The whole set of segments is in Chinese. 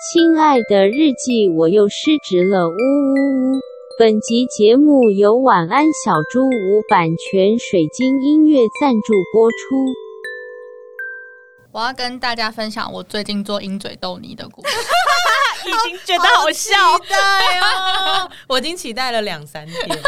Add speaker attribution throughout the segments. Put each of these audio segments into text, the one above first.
Speaker 1: 亲爱的日记，我又失职了，呜呜呜！本集节目由晚安小猪屋版权水晶音乐赞助播出。
Speaker 2: 我要跟大家分享我最近做鹰嘴豆泥的故事，
Speaker 3: 已经觉得好笑，
Speaker 4: 期待哦！ 我已经期待了两三 天。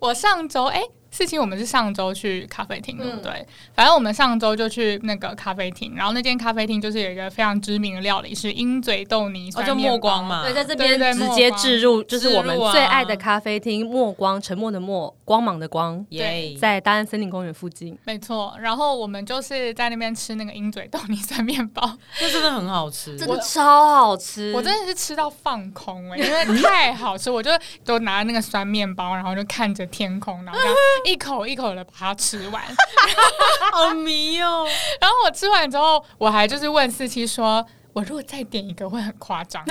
Speaker 2: 我上周哎、事情我们是上周去咖啡厅，对
Speaker 4: 嗯
Speaker 2: 不对？反正我们上周就去那个咖啡厅，然后那间咖啡厅就是有一个非常知名的料理是鹰嘴豆泥
Speaker 4: 哦，
Speaker 2: 酸
Speaker 4: 就
Speaker 2: 面
Speaker 4: 默光
Speaker 2: 包，
Speaker 4: 嘛，
Speaker 3: 对，在这
Speaker 2: 对对
Speaker 3: 边
Speaker 2: 对
Speaker 3: 直接
Speaker 2: 默光
Speaker 3: 置入，就是我
Speaker 4: 置
Speaker 3: 们
Speaker 4: 入啊
Speaker 3: 最爱的咖啡厅——默光，沉默的默，光芒的光，
Speaker 4: 耶，
Speaker 3: 在大安森林公园附近。
Speaker 2: 没错。然后我们就是在那边吃那个鹰嘴豆泥酸面包，
Speaker 4: 这真的很好吃。
Speaker 3: 真的超好吃！
Speaker 4: 嗯
Speaker 2: 我真的是吃到放空哎、因为太好吃，我就都拿那个酸面包，然后就看着天空，然后 这样一口一口的把它吃完。
Speaker 4: 好迷哦！
Speaker 2: 然后我吃完之后，我还就是问四七说。我如果再点一个会很夸张，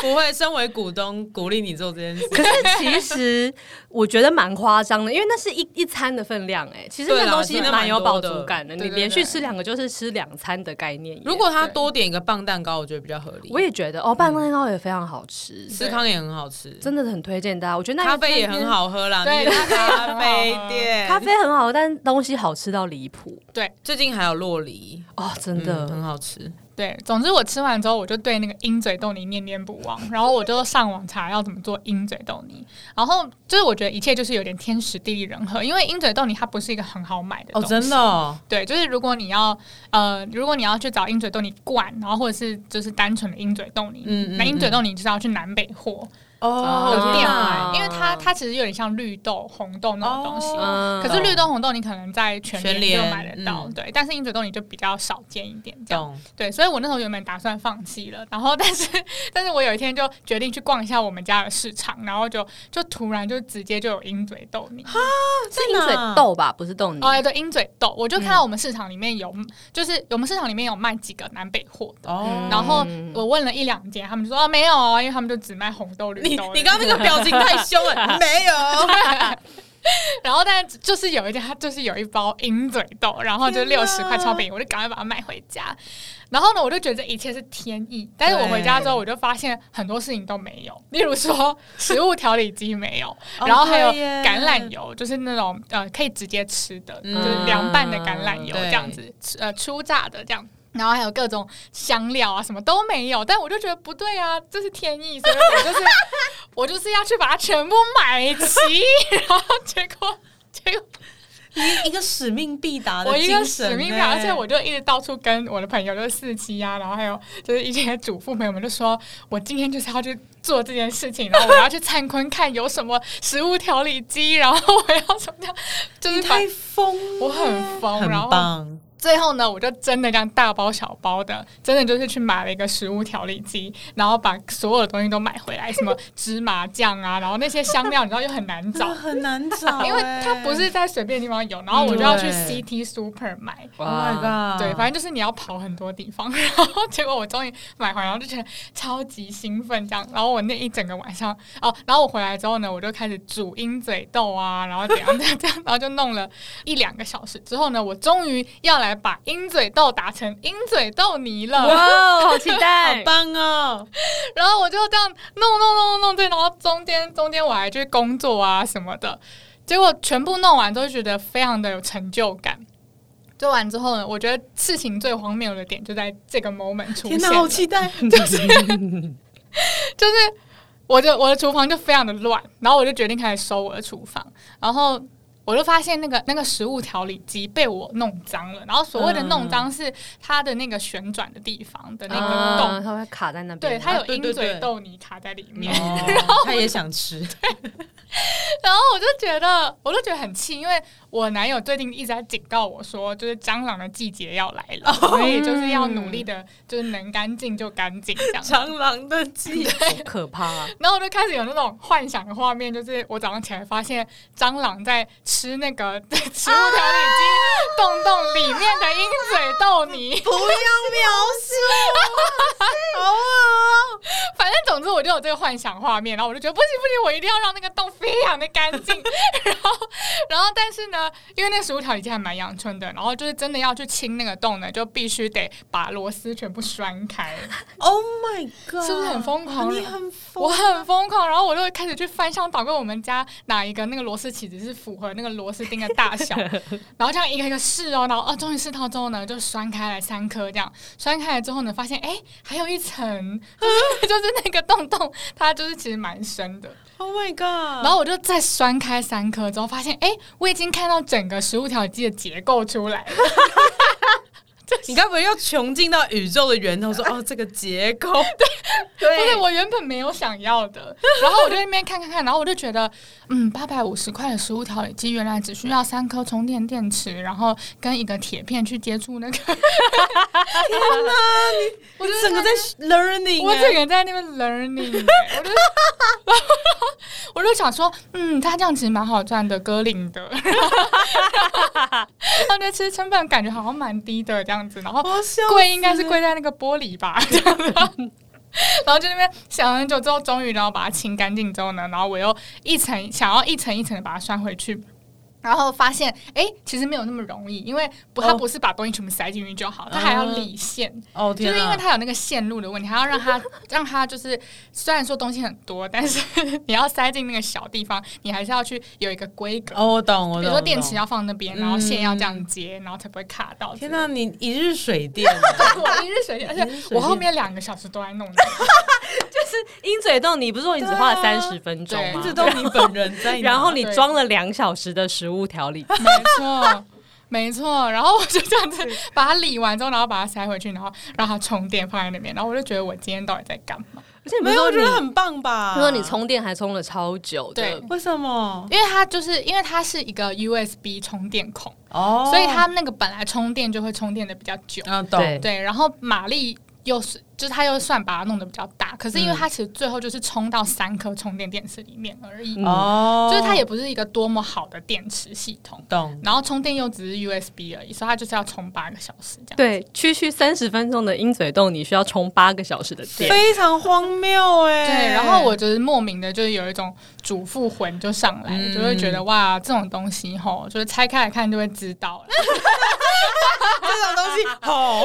Speaker 4: 不会，身为股东鼓励你做这件 事。
Speaker 3: 可是其实我觉得蛮夸张的，因为那是一一餐的分量哎、其实
Speaker 4: 对
Speaker 3: 那
Speaker 4: 啦
Speaker 3: 东西
Speaker 4: 真的
Speaker 3: 蛮
Speaker 4: 蛮
Speaker 3: 有
Speaker 4: 多
Speaker 3: 饱
Speaker 4: 的
Speaker 3: 足感的，
Speaker 2: 对
Speaker 3: 你
Speaker 2: 对
Speaker 3: 连
Speaker 2: 对
Speaker 3: 续吃两个就是吃两餐的概念耶。
Speaker 4: 如果他嗯多点一个棒蛋糕，我觉得比较合理。
Speaker 3: 我也觉得哦，拌蛋糕也非常好吃，
Speaker 4: 司康也很好吃，
Speaker 3: 真的很推荐大家。我觉得那
Speaker 4: 咖啡也很，好哎喝啦。
Speaker 2: 对
Speaker 4: 那个
Speaker 2: 咖
Speaker 4: 咖
Speaker 2: 啡
Speaker 4: 啡
Speaker 2: 也很好喝
Speaker 4: 店，
Speaker 3: 咖啡很好，但东西好吃到离谱
Speaker 4: 最近还有洛梨，
Speaker 3: 哦，真
Speaker 4: 嗯很
Speaker 3: 的。
Speaker 4: 好吃。
Speaker 2: 对，总之我吃完之后，我就对那个鹰嘴豆泥念念不忘，然后我就上网查要怎么做鹰嘴豆泥，然后就是我觉得一切就是有点天时地利人和，因为鹰嘴豆泥它不是一个很好买的
Speaker 4: 哦，
Speaker 2: 东西
Speaker 4: 真的哦，
Speaker 2: 对，就是如果你要呃，如果你要去找鹰嘴豆泥罐，然后或者是就是单纯的鹰嘴豆泥，
Speaker 4: 嗯嗯
Speaker 2: 那鹰嘴豆泥就是要去南北货
Speaker 4: 哦
Speaker 2: 有
Speaker 3: 啊
Speaker 2: 店
Speaker 3: 啊
Speaker 2: 买，因为它它其实有点像绿豆、红豆那种东西。
Speaker 4: 哦
Speaker 3: 嗯
Speaker 2: 可是绿豆、红豆你可能在全
Speaker 4: 全
Speaker 2: 联就
Speaker 4: 联
Speaker 2: 买得到，
Speaker 4: 嗯
Speaker 2: 对。但是鹰嘴豆泥就比较少见一点，这样。
Speaker 4: 懂
Speaker 2: 对，所以我那时候原本打算放弃了，然后 但是但是我有一天就决定去逛一下我们家的市场，然后就就突然就直接就有鹰嘴豆泥，
Speaker 3: 是
Speaker 4: 啊
Speaker 3: 鹰嘴豆吧，不是豆泥。
Speaker 2: 哦对，鹰嘴豆，我就看
Speaker 4: 嗯
Speaker 2: 到我们市场里面有，就是我们市场里面有卖几个南北货的。
Speaker 3: 嗯
Speaker 4: 哦。
Speaker 2: 然后我问了一两间，他们就说、哦、没有哦，因为他们就只卖红豆绿
Speaker 4: 你
Speaker 2: 豆而已。
Speaker 4: 你刚刚那个表情太凶 了，没有。
Speaker 2: 然后但就是有一家，它就是有一包鹰嘴豆，然后就
Speaker 4: 天
Speaker 2: 六
Speaker 4: 哪
Speaker 2: 十块超便宜，我就赶快把它买回家。然后呢，我就觉得这一切是天意，但是我回家之后，我就发现很多事情都没有，例如说 食物调理机没有，
Speaker 4: 哦
Speaker 2: 然后还有
Speaker 4: 对耶
Speaker 2: 橄榄油，就是那种呃可以直接吃的，
Speaker 4: 嗯
Speaker 2: 就是凉拌的橄榄油
Speaker 4: 对
Speaker 2: 这样子，呃初榨的这样。然后还有各种香料啊，什么都没有，但我就觉得不对啊，这是天意，所以我就是 我就是要去把它全部买齐， 然后结果结果
Speaker 4: 一个使命必达的
Speaker 2: 我一个
Speaker 4: 精神欸
Speaker 2: 使命
Speaker 4: 呢
Speaker 2: 感，而且我就一直到处跟我的朋友，就是四期啊，然后还有就是一些主妇朋友们，就说我今天就是要去做这件事情，然后我要去灿坤看有什么食物调理机，然后我要怎么样，就是
Speaker 4: 你
Speaker 2: 把
Speaker 4: 太疯了，
Speaker 2: 我很疯，
Speaker 4: 很
Speaker 2: 然后
Speaker 4: 棒，
Speaker 2: 最后呢，我就真的这样大包小包的，真的就是去买了一个食物调理机，然后把所有的东西都买回来，什么芝麻酱啊，然后那些香料，你知道又很难
Speaker 4: 真
Speaker 2: 找
Speaker 4: 的。很难找 欸，
Speaker 2: 因为它不是在随便地方有，然后我就要去
Speaker 4: 对
Speaker 2: CT Super 买，
Speaker 4: ，Oh my god，
Speaker 2: 对，反正就是你要跑很多地方， 然后结果我终于买回来，然后就觉得超级兴奋这样。然后我那一整个晚上，哦，然后我回来之后呢，我就开始煮鹰嘴豆啊，然后怎样怎样怎样，然后就弄了一两个小时之后呢，我终于要来把鹰嘴豆打成鹰嘴豆泥了。
Speaker 3: 哇，好期待
Speaker 4: 好！棒哦，
Speaker 2: 然后我就这样弄弄弄弄弄对，然后中间中间我还去工作啊什么的，结果全部弄完都觉得非常的有成就感。做完之后呢，我觉得事情最荒谬的点就在这个 moment 出现
Speaker 4: 天
Speaker 2: 了，
Speaker 4: 哪，好期 待，
Speaker 2: 就是我的我的厨房就非常的乱，然后我就决定开始收我的厨房，然后我就发现那个那个食物调理机被我弄脏了，然后所谓的弄脏是它的那个旋转的地方的那个洞，
Speaker 3: 嗯它会卡在那边，
Speaker 2: 对，它有
Speaker 4: 对
Speaker 2: 鹰
Speaker 4: 对对
Speaker 2: 嘴豆泥卡在里面，
Speaker 4: 哦他也想吃，
Speaker 2: 然后我就觉得，我就觉得很气，因为我男友最近一直在警告我说，就是蟑螂的季节要来了，所以就是要努力的，就是能干净就干净这样。
Speaker 4: 蟑螂的鸡，
Speaker 3: 好可怕啊！
Speaker 2: 然后我就开始有那种幻想的画面，就是我早上起来发现蟑螂在吃那个食物调理机洞洞里面的鹰嘴豆泥，
Speaker 4: 不要描述，好恶哦，
Speaker 2: 反正总之我就就有这个幻想画面，然后我就觉得不行不行，我一定要让那个洞非常的干净。然后，然后但是呢，因为那十五条已经还蛮阳春的，然后就是真的要去清那个洞呢，就必须得把螺丝全部栓开，
Speaker 4: Oh my god！
Speaker 2: 是不是很疯狂
Speaker 4: 你很疯，
Speaker 2: 我很疯狂。然后我就会开始去翻箱倒柜，我们家哪一个那个螺丝起子是符合那个螺丝钉的大小，然后这样一个一个试哦，然后哦，终于试到之后呢，就栓开来三颗这样，栓开来之后呢，发现哎、还有一层，就是 就是那个洞洞，它就是其实蛮深的。
Speaker 4: Oh my
Speaker 2: 然
Speaker 4: god！
Speaker 2: 后我就再栓开三颗之后，发现哎、我已经看到整个十五条街的结构出来了。
Speaker 4: 你该不会要穷尽到宇宙的源 头说哦，这个结构
Speaker 2: 不 是我原本没有想要的， 然后我就在那边看看看，然后我就觉得，嗯，八百五十块的十五条耳机原来只需要三颗充电电池，然后跟一个铁片去接触那个，
Speaker 4: 我整个在 learning，
Speaker 2: 我
Speaker 4: 欸
Speaker 2: 整个在那边 learning，欸我就然后我就想说，嗯，他这样其实蛮好赚的，歌领的， 然后然后就其实成本感觉好像蛮低的这样子，然后
Speaker 4: 我笑 死
Speaker 2: 贵应该是贵在那个玻璃 吧。这样子然后就那边想了很久之后，终于然后把它清干净之后呢，然后我又一层想要一层一层的把它拴回去，然后发现哎、诶其实没有那么容易，因为不它
Speaker 4: 哦
Speaker 2: 不是把东西全部塞进去就好，它还要理线，
Speaker 4: 哦
Speaker 2: 就
Speaker 4: 天
Speaker 2: 是因为
Speaker 4: 啊！
Speaker 2: 它有那个线路的问题，还要让它让它就是虽然说东西很多，但是 你要塞进那个小地方，你还是要去有一个规格。
Speaker 4: 哦，我懂，我懂。
Speaker 2: 比如说
Speaker 4: 我
Speaker 2: 电池啊
Speaker 4: 懂
Speaker 2: 要放那边，然后线要这样接，然后才不会卡到之类
Speaker 4: 嗯天
Speaker 2: 的。
Speaker 4: 哪、你一日水电 啊，
Speaker 2: 我一日水电，而
Speaker 4: 一日水
Speaker 2: 且
Speaker 4: 电
Speaker 2: 我后面两个小时都在弄。
Speaker 3: 鹰嘴豆，你不是说你只花了
Speaker 4: 对啊
Speaker 3: 三十分钟
Speaker 2: 对
Speaker 3: 吗
Speaker 4: 一？直都你本人在拿，
Speaker 3: 然后你
Speaker 2: 对
Speaker 3: 装了两小时的食物条理，
Speaker 2: 没错，没错。然后我就这样子把它理完之后，然后把它塞回去，然后让它充电放在那边。然后我就觉得我今天到底在干嘛？
Speaker 3: 而且你不
Speaker 4: 没
Speaker 3: 是
Speaker 4: 有，
Speaker 3: 说
Speaker 4: 我
Speaker 3: 你，
Speaker 4: 觉得很棒啊吧？
Speaker 3: 他说你充电还充了超久的
Speaker 2: 对，
Speaker 4: 为什么？
Speaker 2: 因为它就是因为它是一个 USB 充电孔，
Speaker 4: 哦，
Speaker 2: 所以它那个本来充电就会充电的比较久。
Speaker 4: 啊懂
Speaker 3: 对
Speaker 2: 对，然后马力又是就是它又算把它弄得比较大，可是因为它其实最后就是充到三颗充电电池里面而已，
Speaker 3: 嗯
Speaker 4: 哦，
Speaker 2: 就是它也不是一个多么好的电池系统。
Speaker 4: 懂。
Speaker 2: 然后充电又只是 USB 而已，所以它就是要充八个小时这样。
Speaker 3: 对，区区三十分钟的鹰嘴豆，你需要充八个小时的电。
Speaker 4: 非常荒谬哎、
Speaker 2: 对，然后我就是莫名的，就是有一种主妇魂就上来，
Speaker 4: 嗯
Speaker 2: 就会觉得哇，这种东西吼，就是拆开来看就会知道了。
Speaker 4: 这种东西好，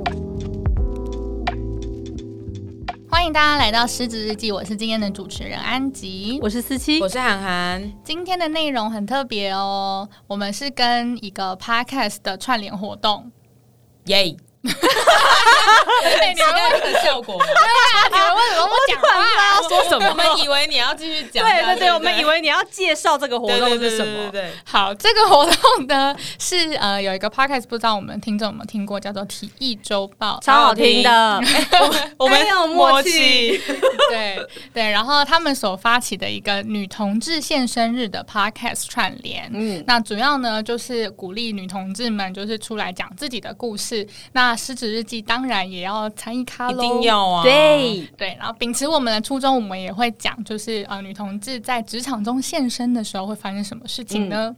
Speaker 5: 欢迎大家来到失职日记，我是今天的主持人安吉。
Speaker 3: 我是思琪
Speaker 4: 我，是涵涵，
Speaker 5: 今天的内容很特别哦，我们是跟一个 podcast 的串联活 动。
Speaker 4: 耶、
Speaker 2: 对，你
Speaker 4: 你
Speaker 2: 们
Speaker 4: 看这个效果吗？
Speaker 2: 你们为什么不 讲话？
Speaker 3: 要啊说什
Speaker 4: 我们以为你要继续讲
Speaker 3: 对
Speaker 4: 下
Speaker 3: 对
Speaker 4: 去，
Speaker 3: 对，我们以为你要介绍这个活
Speaker 4: 对
Speaker 3: 动
Speaker 4: 对
Speaker 3: 是什
Speaker 4: 对对
Speaker 3: 么。
Speaker 4: 对
Speaker 2: 好，这个活动呢是呃有一个 podcast，不知道我们听众有没有听过，叫做《体育周报》。
Speaker 3: 超好听的，
Speaker 4: 哎我们
Speaker 3: 很有哎默契。
Speaker 2: 对对，然后他们所发起的一个女同志现生日的 podcast 串联，嗯，那主要呢就是鼓励女同志们就是出来讲自己的故事，那失职日记当然也要参与咖
Speaker 4: 一
Speaker 2: 喽，
Speaker 4: 定。要啊，，
Speaker 3: 对，
Speaker 2: 对，然后秉持我们的初衷，我们也会讲，就是呃，女同志在职场中现身的时候会发生什么事情
Speaker 4: 嗯
Speaker 2: 呢？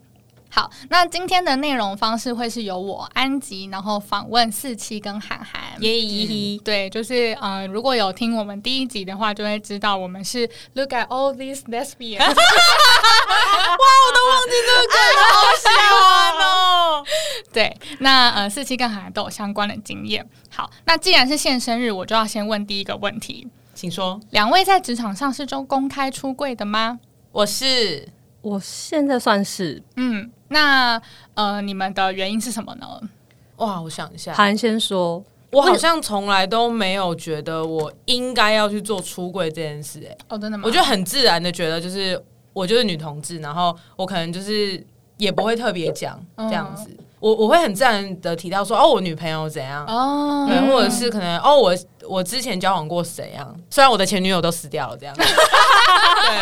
Speaker 2: 好，那今天的内容方式会是由我安吉，然后访问四期跟涵涵。
Speaker 4: 耶咦，
Speaker 2: 对，就是呃，如果有听我们第一集的话，就会知道我们是 Look at all these lesbians，哇，我都忘记这个好喜欢哦。对，那呃，四期跟涵涵都有相关的经验。好，那既然是现生日，我就要先问第一个问题：
Speaker 4: 请说，
Speaker 2: 两位在职场上是中公开出柜的吗？
Speaker 4: 我是
Speaker 3: 我现在算是
Speaker 2: 嗯，那呃，你们的原因是什么呢？
Speaker 4: 哇，我想一下，
Speaker 3: 韩先说，
Speaker 4: 我好像从来都没有觉得我应该要去做出柜这件事、哎，
Speaker 2: 哦，真的吗？
Speaker 4: 我就很自然的觉得，就是我就是女同志，然后我可能就是也不会特别讲
Speaker 2: 嗯
Speaker 4: 这样子，我我会很自然的提到说，哦，我女朋友怎样。
Speaker 2: 哦，
Speaker 4: 对， 或者是可能哦，我我之前交往过谁啊？虽然我的前女友都死掉了，这样，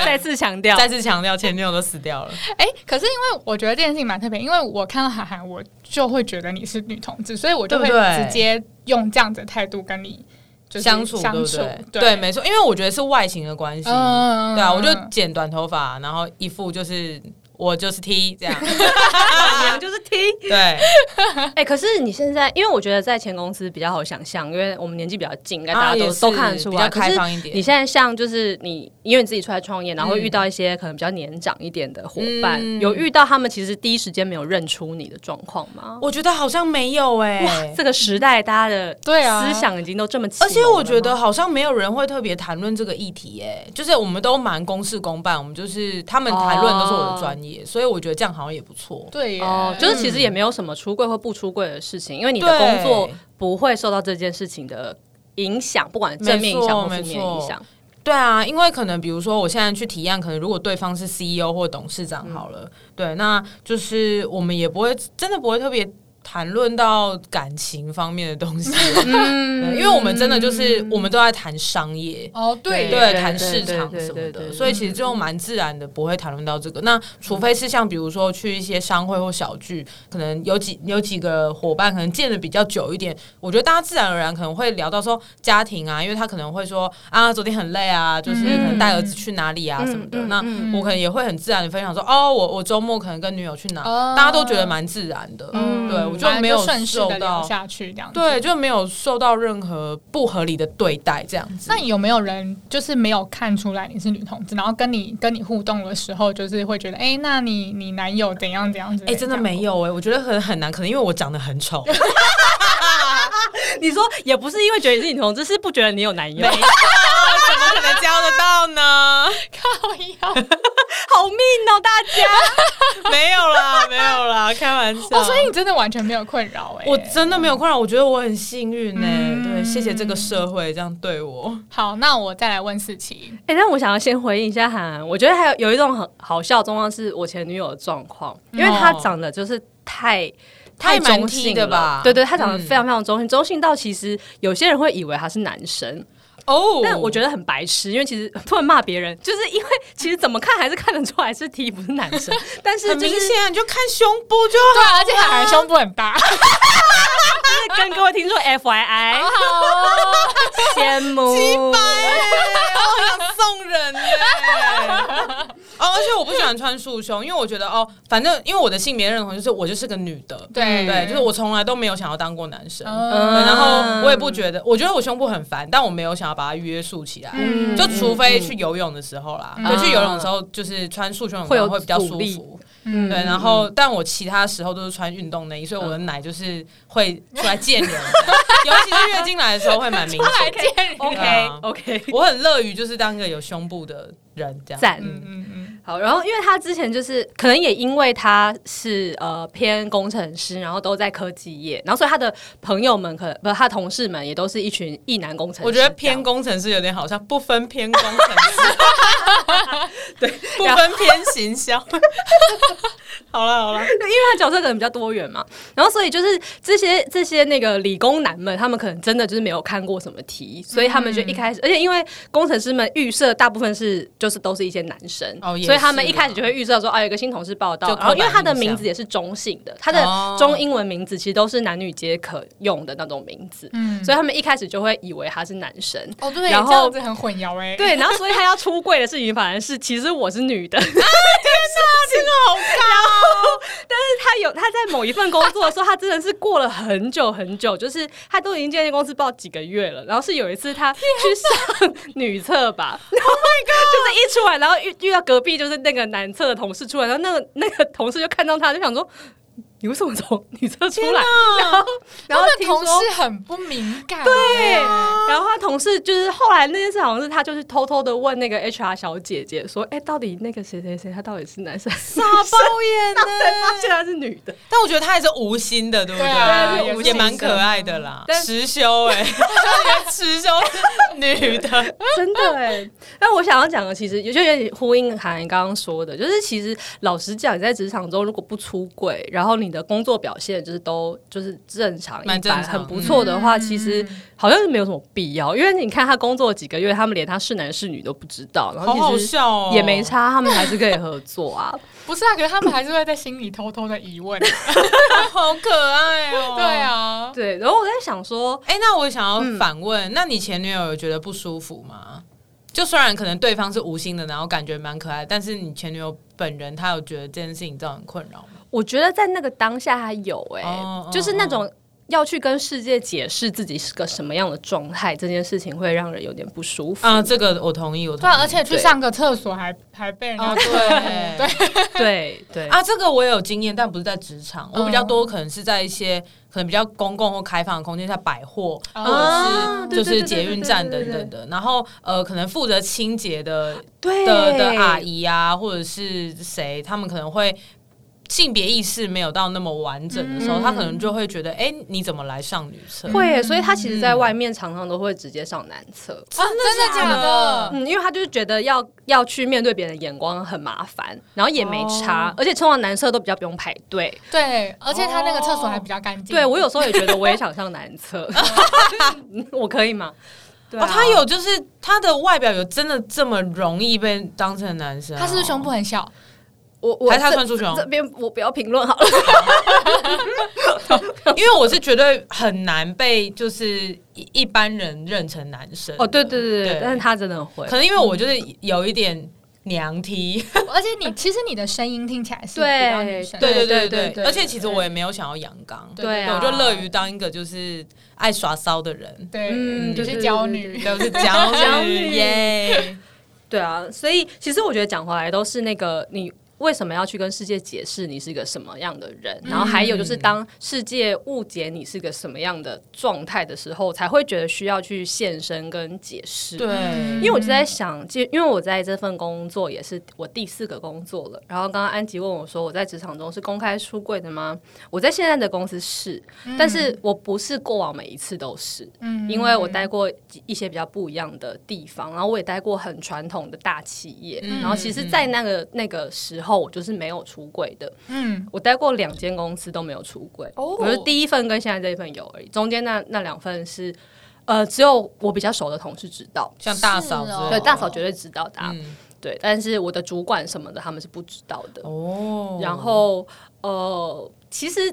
Speaker 3: 再次强调，
Speaker 4: 再次强调，前女友都死掉了。
Speaker 2: 哎、可是因为我觉得这件事情蛮特别，因为我看到涵涵，我就会觉得你是女同志，所以我就会
Speaker 4: 对不对
Speaker 2: 直接用这样子的态度跟你就是
Speaker 4: 相处
Speaker 2: 相
Speaker 4: 对不
Speaker 2: 处
Speaker 4: 对？
Speaker 2: 对，
Speaker 4: 对，没错，因为我觉得是外形的关系。
Speaker 2: 嗯
Speaker 4: 对啊，我就剪短头发，然后一副就是我就是 T 这样。
Speaker 3: 我 就是听。
Speaker 4: 对，
Speaker 3: 哎、可是你现在，因为我觉得在前公司比较好想象，因为我们年纪比较近，应该大
Speaker 4: 啊
Speaker 3: 家都、
Speaker 4: 也是
Speaker 3: 都看得出
Speaker 4: 比
Speaker 3: 来。
Speaker 4: 较
Speaker 3: 可
Speaker 4: 开
Speaker 3: 是
Speaker 4: 放一点
Speaker 3: 你现在像就是你，因为你自己出来创业，然后
Speaker 4: 嗯
Speaker 3: 遇到一些可能比较年长一点的伙伴，
Speaker 4: 嗯
Speaker 3: 有遇到他们其实第一时间没有认出你的状况吗？
Speaker 4: 我觉得好像没有哎、
Speaker 3: 这个时代，大家的
Speaker 2: 对啊
Speaker 3: 思想已经都这么启
Speaker 4: 而
Speaker 3: 蒙了吗，
Speaker 4: 且我觉得哦好像没有人会特别谈论这个议题、耶，就是我们都蛮公事公办，我们就是他们谈论都是我的专业，所以我觉得这样好像也不错。
Speaker 2: 对耶
Speaker 3: 哦，就是
Speaker 4: 嗯
Speaker 3: 其实也没有什么出柜或不出柜的事情，因为你的
Speaker 4: 对
Speaker 3: 工作不会受到这件事情的影响，不管正面影响或负面影响。
Speaker 4: 对啊，因为可能比如说我现在去提案，可能如果对方是 CEO 或董事长好了，对，那就是我们也不会真的不会特别谈论到感情方面的东西，对因为我们真的就是我们都在谈商业。
Speaker 2: 哦对耶
Speaker 4: 对，
Speaker 3: 对
Speaker 4: 谈
Speaker 3: 对
Speaker 4: 市
Speaker 3: 对
Speaker 4: 场
Speaker 3: 对
Speaker 4: 什么
Speaker 3: 对对
Speaker 4: 的，
Speaker 3: 对
Speaker 4: 所以其
Speaker 2: 嗯
Speaker 4: 实就蛮自然的，不会谈论到这个。那除非是像比如说去一些商会或小聚，可能有几有几个伙伴可能见的比较久一点，我觉得大家自然而然可能会聊到说家庭啊，因为他可能会说啊，昨天很累啊，就是可能带儿
Speaker 2: 嗯
Speaker 4: 子去哪里啊什么的。那我可能也会很自然的分享说，哦，我我周末可能跟女友去哪，
Speaker 2: 哦
Speaker 4: 大家都觉得蛮自然的。对，我就没有
Speaker 2: 反嗯正就顺势
Speaker 4: 受
Speaker 2: 的聊
Speaker 4: 到。
Speaker 2: 下去这样子。
Speaker 4: 对，就没有受到任何不合理的对待，这样子。
Speaker 2: 那有没有人就是没有看出来你是女同志，然后跟你跟你互动的时候，就是会觉得，哎、那你你男友怎样怎样怎
Speaker 4: 哎、真的没有哎、我觉得很很难，可能因为我长得很 丑，哦
Speaker 3: 你说也不是因为觉得你是女同志，是不觉得你有男友，
Speaker 4: 怎么可能交得到 呢？
Speaker 2: 靠腰？
Speaker 3: 好命哦，大家。
Speaker 4: 没有啦，没有啦，开玩笑。
Speaker 2: 哦，所以你真的完全没有困扰哎、
Speaker 4: 啊我真的没有困扰，我觉得我很幸运呢、
Speaker 2: 嗯
Speaker 4: 对，谢谢这个社会这样对我。
Speaker 2: 好，那我再来问四琪。
Speaker 3: 哎、那我想要先回应一下韩寒，我觉得还有有一种很好笑的状况是我前女友的状况，因为她长得就是太。
Speaker 4: 太蛮
Speaker 3: 中性
Speaker 4: T 的
Speaker 3: 了
Speaker 4: 吧
Speaker 3: 对对，她长得
Speaker 4: 嗯
Speaker 3: 非常非常中性，中性到其实有些人会以为她是男生，
Speaker 4: 哦
Speaker 3: 但我觉
Speaker 4: 得
Speaker 3: 得很白痴，因为其实不能骂别人，就是因为其实怎么看还是看得出来是 T 不是男生，但是
Speaker 4: 很
Speaker 3: 就
Speaker 4: 明
Speaker 3: 是
Speaker 4: 显，你就看胸部就
Speaker 2: 对啊，而且海涵胸部很大，
Speaker 3: 跟各位听众 F Y I，羡 慕。
Speaker 4: 好想送人呢、 哦，而且我不喜欢穿束胸，因为我觉得哦，反正因为我的性别认同就是我就是个女的，
Speaker 2: 对
Speaker 4: 对，嗯哦就是我从来都没有想要当过男生。
Speaker 2: 嗯
Speaker 4: 对，然后我也不觉得，我觉得我胸部很烦，但我没有想要把它约束起来，
Speaker 2: 嗯
Speaker 4: 就除非去游泳的时候啦，对，
Speaker 3: 嗯
Speaker 4: 去游泳的时候就是穿束胸泳
Speaker 3: 会有
Speaker 4: 装会比较舒
Speaker 3: 阻力
Speaker 4: 服，
Speaker 2: 嗯
Speaker 4: 对，然后但我其他时候都是穿运动内衣，所以我的奶就是会出来见人，尤其是月经来的时候会蛮明显。
Speaker 3: OK
Speaker 4: 啊
Speaker 3: OK，
Speaker 4: 我很乐于就是当一个有胸部的人这样。
Speaker 3: 赞。
Speaker 2: 嗯嗯嗯，
Speaker 3: 好，然后因为他之前就是可能也因为他是呃偏工程师，然后都在科技业，然后所以他的朋友们可能不是他同事们也都是一群异男工程师。
Speaker 4: 我觉得偏工程师有点好像不分偏工程师， 对，不分偏行销。 好了好了，
Speaker 3: 对，因为他角色可能比较多元嘛，然后所以就是这些这些那个理工男们，他们可能真的就是没有看过什么题，所以他们就一
Speaker 4: 嗯
Speaker 3: 开始，而且因为工程师们预设大部分是就是都是一些男生，
Speaker 4: 哦也
Speaker 3: 所以他们
Speaker 4: 是
Speaker 3: 一开始就会预设说，啊，有一个新同事报道
Speaker 4: 就，
Speaker 3: 然后因为
Speaker 4: 刻板
Speaker 3: 他的
Speaker 4: 印象
Speaker 3: 名字也是中性的，他的
Speaker 4: 哦
Speaker 3: 中英文名字其实都是男女皆可用的那种名字，
Speaker 2: 嗯
Speaker 3: 所以他们一开始就会以为他是男生。
Speaker 2: 哦对，
Speaker 3: 然后
Speaker 2: 这样子很混淆哎、
Speaker 3: 对，然后所以他要出柜的事情，反而是其实我是女的，
Speaker 4: 这个好
Speaker 3: 他有他在某一份工作的时候，他真的是过了很久很久，就是他都已经进那公司报几个月了。然后是有一次他去上女厕吧，Oh my god！就是一出来，然后遇遇到隔壁就是那个男厕的同事出来，然后那个那个同事就看到他就想说。你为什么从女厕出来？然后，
Speaker 2: 他
Speaker 3: 然后
Speaker 2: 们
Speaker 3: 听
Speaker 2: 同
Speaker 3: 说
Speaker 2: 事很不敏感、欸对，啊
Speaker 3: 然后他同事就是后来那件事，好像是他就是偷偷的问那个 HR 小姐姐说：“哎、到底那个谁谁谁，他到底是男生？”傻
Speaker 4: 傻包眼呢、
Speaker 3: 发现他是女的，
Speaker 4: 但我觉得他也是无心的，对不
Speaker 2: 对啊对是无
Speaker 4: 也
Speaker 2: 心的
Speaker 4: 蛮可爱的啦，
Speaker 3: 但
Speaker 4: 持修哎、欸，持修 女的，
Speaker 3: 真的哎。那我想要讲的，其实也就有点呼应韩刚刚说的，就是其实老实讲，你在职场中如果不出轨，然后你的工作表现就是都就是正常、一
Speaker 4: 蛮
Speaker 3: 般、
Speaker 4: 正常嗯
Speaker 3: 很不错的话，其实好像是没有什么必要。因为你看他工作几个月，他们连他是男是女都不知道，然
Speaker 4: 好
Speaker 3: 后
Speaker 4: 好
Speaker 3: 其实
Speaker 4: 笑哦，
Speaker 3: 也没差，他们还是可以合作啊。
Speaker 2: 不是啊，可是他们还是会在心里偷偷的疑 问。
Speaker 4: 好可爱哦。
Speaker 2: 对。啊，
Speaker 3: 对，然后我在想说，
Speaker 4: 哎、那我想要反问，那你前女友有觉得不舒服吗？就虽然可能对方是无心的，然后感觉蛮可爱，但是你前女友本人她有觉得这件事情造成困扰吗？
Speaker 3: 我觉得在那个当下还有哎、
Speaker 4: 哦哦
Speaker 3: 就是那种。要去跟世界解释自己是个什么样的状态，这件事情会让人有点不舒服。
Speaker 4: 啊，这个我同意，我同
Speaker 2: 对
Speaker 4: 意。
Speaker 2: 啊，而且去上个厕所还还被人家
Speaker 4: 啊，对对。
Speaker 3: 对对
Speaker 4: 啊，这个我也有经验，但不是在职场，我比
Speaker 3: 嗯
Speaker 4: 较多可能是在一些可能比较公共或开放的空间，像百货
Speaker 2: 哦
Speaker 4: 或者
Speaker 3: 啊
Speaker 4: 是就
Speaker 3: 对
Speaker 4: 是
Speaker 3: 对对
Speaker 4: 捷运
Speaker 3: 对
Speaker 4: 站
Speaker 3: 对
Speaker 4: 等
Speaker 3: 对对
Speaker 4: 等的。然后呃，可能负责清洁的
Speaker 3: 对
Speaker 4: 的的阿姨啊，或者是谁，他们可能会。性别意识没有到那么完整的时候，他可能就会觉得，哎、你怎么来上女厕？
Speaker 3: 嗯
Speaker 4: 啊
Speaker 3: 会欸耶，所以他其实
Speaker 4: 嗯
Speaker 3: 在外面常常都会直接上男厕。
Speaker 4: 真的
Speaker 2: 真的假的？
Speaker 3: 嗯，因为他就是觉得要要去面对别人的眼光很麻烦，然后也没差，
Speaker 4: 哦
Speaker 3: 而且通常男厕都比较不用排队。
Speaker 2: 对，而且他那个厕所还比较干净。
Speaker 3: 哦对我有时候也觉得我也想上男 厕， 嗯我可以吗？对
Speaker 4: 哦，他有就是他的外表有真的这么容易被当成男生哦、
Speaker 2: 他是不是胸部很小？
Speaker 3: 我我
Speaker 4: 还是他
Speaker 3: 这
Speaker 4: 穿束胸
Speaker 3: 这边我不要评论好了。
Speaker 4: 因为我是绝对很难被就是一一般人认成男生。
Speaker 3: 哦，对对对
Speaker 4: 对
Speaker 3: 对，但是他真的很会
Speaker 4: 可。能因为我就是有一点娘踢，
Speaker 2: 而且你其实你的声音听起来是比较女
Speaker 3: 对
Speaker 2: 生的，
Speaker 4: 对对对
Speaker 3: 对
Speaker 4: 对
Speaker 3: 对对
Speaker 4: 而且其实我也没有想要阳刚，
Speaker 2: 对
Speaker 3: 对
Speaker 4: 我
Speaker 3: 啊，
Speaker 4: 就乐于当一个就是爱耍骚的人，
Speaker 2: 对，
Speaker 3: 嗯
Speaker 2: 你
Speaker 3: 对
Speaker 2: 是
Speaker 3: 对
Speaker 2: 娇
Speaker 3: 对对
Speaker 2: 女，
Speaker 4: 对，我 是娇
Speaker 3: 娇
Speaker 4: 女
Speaker 3: 女
Speaker 4: 耶。
Speaker 3: 对啊，所以其实我觉得讲回来都是那个你。为什么要去跟世界解释你是个什么样的人？然后还有就是，当世界误解你是个什么样的状态的时候，才会觉得需要去现身跟解释。
Speaker 4: 对，
Speaker 3: 因为我就在想，其实因为我在这份工作也是我第四个工作了。然后刚刚安吉问我说，我在职场中是公开出柜的吗？我在现在的公司是，但是我不是过往每一次都是，
Speaker 2: 嗯
Speaker 3: 因为我待过一些比较不一样的地方，然后我也待过很传统的大企业。
Speaker 4: 嗯
Speaker 3: 然后其实，在那个那个时候，我就是没有出柜的。
Speaker 2: 嗯，
Speaker 3: 我待过两间公司都没有出柜，
Speaker 2: 哦
Speaker 3: 我是第一份跟现在这一份有而已，中间那那两份是。呃，只有我比较熟的同事知道，
Speaker 4: 像大嫂之
Speaker 2: 是哦
Speaker 4: 类
Speaker 3: 对，
Speaker 4: 的，
Speaker 3: 大嫂绝对知道的、啊
Speaker 4: 嗯
Speaker 3: 对，但是我的主管什么的他们是不知道的。
Speaker 4: 哦，
Speaker 3: 然后呃，其实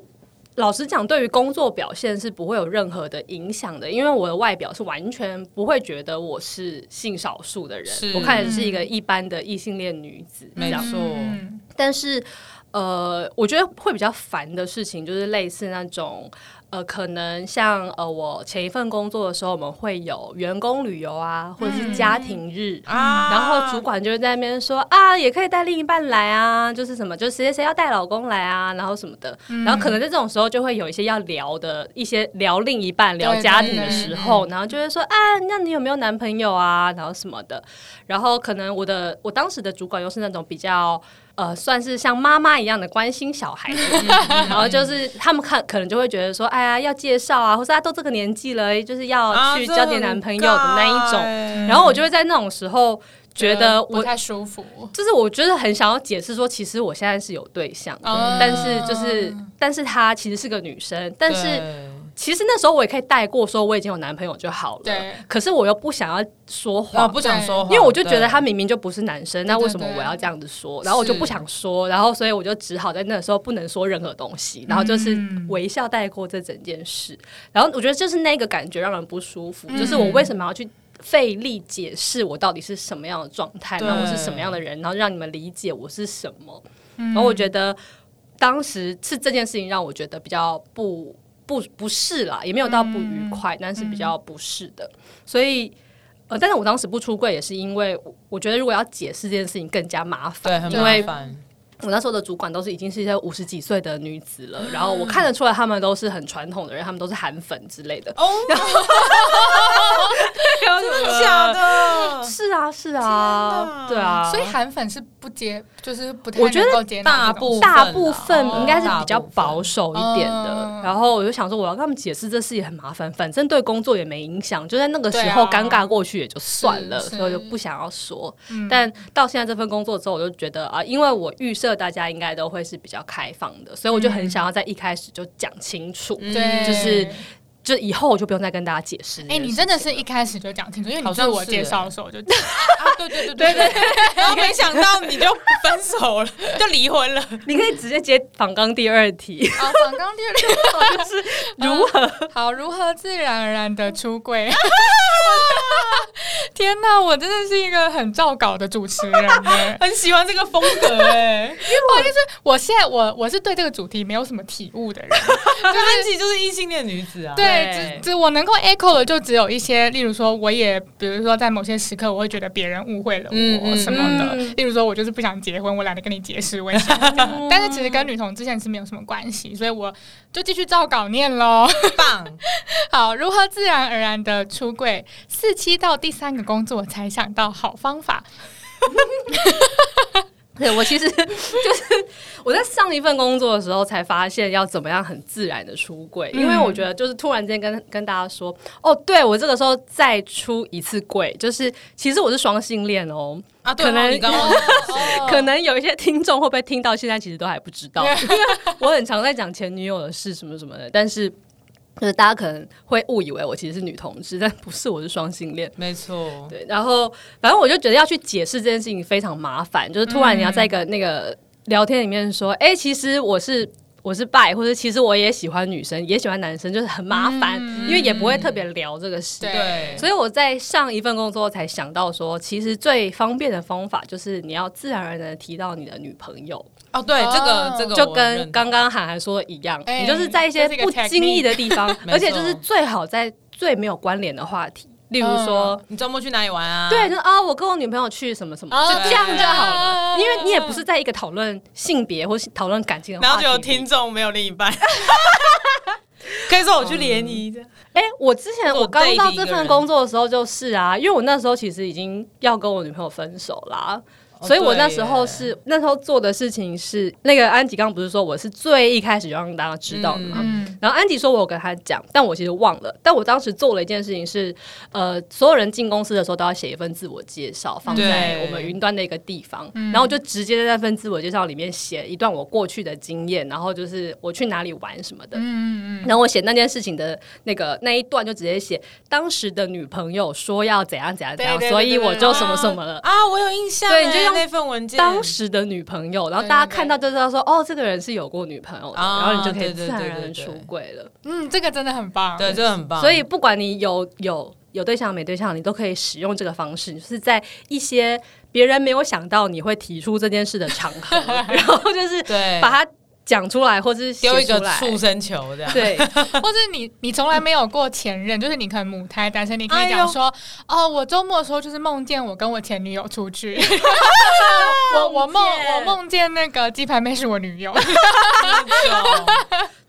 Speaker 3: 老实讲，对于工作表现是不会有任何的影响的，因为我的外表是完全不会觉得我是性少数的人
Speaker 4: 是，
Speaker 3: 我看起来是一个一般的异性恋女子这
Speaker 4: 没
Speaker 3: 样。
Speaker 4: 错，
Speaker 2: 嗯
Speaker 3: 但是呃，我觉得会比较烦的事情就是类似那种。呃，可能像呃，我前一份工作的时候，我们会有员工旅游啊，或者
Speaker 4: 嗯
Speaker 3: 是家庭日、
Speaker 4: 啊
Speaker 3: 然后主管就会在那边说啊，也可以带另一半来啊，就是什么，就谁谁谁要带老公来啊，然后什么的。然后可能在这种时候就会有一些要聊的一些聊另一半、聊家庭的时候，然后就会说啊，那你有没有男朋友啊，然后什么的。然后可能我的我当时的主管又是那种比较。呃，算是像妈妈一样的关心小孩子，然后就是他们看可能就会觉得说，哎呀，要介绍啊，或是他都这个年纪了，就是要
Speaker 4: 啊
Speaker 3: 去交点男朋友的那一种。
Speaker 4: 种
Speaker 3: 然后我就会在那种时候觉
Speaker 2: 嗯
Speaker 3: 得
Speaker 2: 呃不
Speaker 3: 我。
Speaker 2: 太舒服，
Speaker 3: 就是我觉得很想要解释说，其实我现在是有对象的，
Speaker 2: 哦
Speaker 3: 但是就是，但是她其实是个女生，但是
Speaker 4: 对
Speaker 3: 其实那时候我也可以带过，说我已经有男朋友就好了
Speaker 2: 对。哦
Speaker 3: 可是我又不想要说
Speaker 4: 啊
Speaker 3: 谎，
Speaker 4: 不想说话，
Speaker 3: 因为我就觉得
Speaker 4: 对
Speaker 3: 他明明就不是男生，那为什么
Speaker 2: 对对
Speaker 3: 我要这样子说？然后我就不想说，然后所以我就只好在那时候不能说任何东西，然后就是微笑带过这整件事。然后我觉得就是那个感觉让人不舒服，就是我为什么要去。费力解释我到底是什么样的状态，
Speaker 4: 对
Speaker 3: 然后我是什么样的人，然后让你们理解我是什么。然后我觉得当时是这件事情让我觉得比较不不不适啦，也没有到不
Speaker 4: 嗯
Speaker 3: 愉快，但是比较不适的。所以呃，但是我当时不出柜也是因为我我觉得如果要解释这件事情更加麻
Speaker 4: 对
Speaker 3: 烦，
Speaker 4: 很
Speaker 3: 因
Speaker 4: 麻
Speaker 3: 为
Speaker 4: 烦，
Speaker 3: 我那时候的主管都是已经是一些五十几岁的女子了，然后
Speaker 4: 嗯
Speaker 3: 我看得出来他们都是很传统的人，他们都是韩粉之类的。
Speaker 4: 哦， 真的假的？
Speaker 3: 是啊，是
Speaker 4: 天
Speaker 3: 啊
Speaker 4: 哪，
Speaker 3: 对啊，
Speaker 2: 所以韩粉是不接，就是不太
Speaker 3: 我觉得
Speaker 2: 能够接纳
Speaker 4: 大
Speaker 2: 这种
Speaker 4: 部
Speaker 3: 大部分
Speaker 4: 哦
Speaker 3: 应该是比较
Speaker 4: 大部分
Speaker 3: 保守一点的
Speaker 2: 嗯。
Speaker 3: 然后我就想说，我要跟他们解释这事也很麻烦，反正对工作也没影响，就在那个时候
Speaker 2: 对啊
Speaker 3: 尴尬过去也就算了，
Speaker 2: 是是
Speaker 3: 所以我就不想要说。
Speaker 2: 嗯
Speaker 3: 但到现在这份工作之后，我就觉得啊，因为我预设大家应该都会是比较开放的，所以我就很想要在一开始就讲清楚，
Speaker 2: 对，
Speaker 3: 就是就以后我就不用再跟大家解释这件
Speaker 2: 嗯
Speaker 3: 事
Speaker 2: 哎、
Speaker 3: 情了。
Speaker 2: 你真的是一开始就讲清楚，因为你
Speaker 4: 好像
Speaker 2: 自
Speaker 4: 是
Speaker 2: 我介绍的时候就
Speaker 4: 啊，对对对对对，然后没想到你就分手 了，就离婚了。
Speaker 3: 你可以直接接仿刚第二题，
Speaker 2: 啊，反刚第 二个就是啊
Speaker 3: 如何
Speaker 2: 好如何自然而然的出柜。天哪，我真的是一个很照稿的主持人欸 耶！
Speaker 4: 很喜欢这个风格哎、
Speaker 2: 我就是我现在我我是对这个主题没有什么体悟的人，
Speaker 4: 安琪 就是异性恋女子啊，
Speaker 2: 对
Speaker 3: 对，
Speaker 2: 只只我能够 echo 的就只有一些，例如说，我也比如说在某些时刻，我会觉得别人误会了
Speaker 4: 嗯
Speaker 2: 我
Speaker 4: 嗯
Speaker 2: 什么的。
Speaker 3: 嗯
Speaker 2: 例如说，我就是不想结婚，我懒得跟你解释为什么。但是其实跟女同志现在是没有什么关系，所以我就继续照稿念喽。
Speaker 4: 棒，
Speaker 2: 好，如何自然而然的出柜？四期到第三个工作才想到好方法。
Speaker 3: 对我其实 就是我在上一份工作的时候才发现要怎么样很自然的出柜，因为我觉得就是突然间跟跟大家说，哦，对我这个时候再出一次柜，就是其实我是双性恋哦，
Speaker 4: 啊！对
Speaker 3: 可
Speaker 4: 哦，
Speaker 3: 能
Speaker 4: 你刚刚
Speaker 2: 哦
Speaker 3: 可能有一些听众会不会听到现在其实都还不知道，因为我很常在讲前女友的事什么什么的，但是就是大家可能会误以为我其实是女同志，但不是，我是双性恋。
Speaker 4: 没错，
Speaker 3: 对，然后反正我就觉得要去解释这件事情非常麻烦，就是突
Speaker 4: 嗯
Speaker 3: 然你要在一个那个聊天里面说，哎、其实我是。我是拜，或者其实我也喜欢女生，也喜欢男生，就是很麻烦，因为也不会特别聊这个事。
Speaker 4: 嗯对，
Speaker 3: 所以我在上一份工作才想到说，其实最方便的方法就是你要自然而然的提到你的女朋友，
Speaker 4: 哦，对，这
Speaker 2: 哦
Speaker 4: 个这个
Speaker 3: 就
Speaker 4: 我认
Speaker 3: 跟
Speaker 4: 同
Speaker 3: 刚刚涵涵说的一样，
Speaker 2: 哎
Speaker 3: 你就是在一些
Speaker 2: 这是一个
Speaker 3: 不经意的地方，
Speaker 4: 没错 嗯
Speaker 3: 而且就是最好在最没有关联的话题，例如说。
Speaker 4: 你周末去哪里玩啊？
Speaker 3: 对，就是啊，我跟我女朋友去什么什么，
Speaker 2: 哦
Speaker 3: 就这样就好了。
Speaker 2: 对
Speaker 3: 因为你也不是在一个讨论性别或是讨论感情的
Speaker 4: 然后
Speaker 3: 话
Speaker 2: 哎
Speaker 3: 题。
Speaker 4: 就有听，众没有另一 半，可以说我去联谊的，
Speaker 3: 哎、我之前
Speaker 4: 做
Speaker 3: 我刚
Speaker 4: date
Speaker 3: 到
Speaker 4: 一
Speaker 3: 这
Speaker 4: 个人
Speaker 3: 份工作的时候就是啊，因为我那时候其实已经要跟我女朋友分手啦。
Speaker 2: 哦
Speaker 3: 所以我那时候是、那时候做的事情是，那个安吉刚刚不是说我是最一开始就让大家知道的吗？
Speaker 2: 嗯，
Speaker 3: 然后安迪说我有跟他讲，但我其实忘了。但我当时做了一件事情是，呃，所有人进公司的时候都要写一份自我介绍，放在
Speaker 4: 对
Speaker 3: 我们云端的一个地方。然后我就直接在那份自我介绍里面写一段我过去的经验，然后就是我去哪里玩什么的。然后我写那件事情的那个那一段就直接写当时的女朋友说要怎样怎样怎样，
Speaker 2: 对对对
Speaker 3: 所以我就什么什么
Speaker 4: 啊
Speaker 3: 了。
Speaker 4: 啊，我有印象欸，
Speaker 3: 对你就用
Speaker 4: 那份文件，
Speaker 3: 当时的女朋友，然后
Speaker 2: 对
Speaker 3: 大家
Speaker 2: 对对
Speaker 3: 看到就知道说，哦，这个人是有过女朋友的，
Speaker 4: 啊
Speaker 3: 然后你就可以
Speaker 4: 对对
Speaker 3: 自然而
Speaker 4: 对
Speaker 3: 然
Speaker 4: 对
Speaker 3: 地
Speaker 4: 对
Speaker 3: 出轨了。
Speaker 2: 嗯，这个真的很棒。
Speaker 4: 对，这个很棒，
Speaker 3: 所以不管你有有有对象没对象，你都可以使用这个方式，就是在一些别人没有想到你会提出这件事的场 合，然后就是
Speaker 4: 对，
Speaker 3: 把它讲出来，或是写
Speaker 4: 丢一个
Speaker 3: 出来。
Speaker 4: 畜生球这样，
Speaker 3: 对，啊
Speaker 2: 或者你你从来没有过前任，就是你可能母胎单身，你可
Speaker 4: 哎
Speaker 2: 以
Speaker 4: 呦
Speaker 2: 讲说，哦，我周末的时候就是梦见我跟我前女友出去， 我我梦我梦见那个鸡排妹是我女友，
Speaker 4: 那种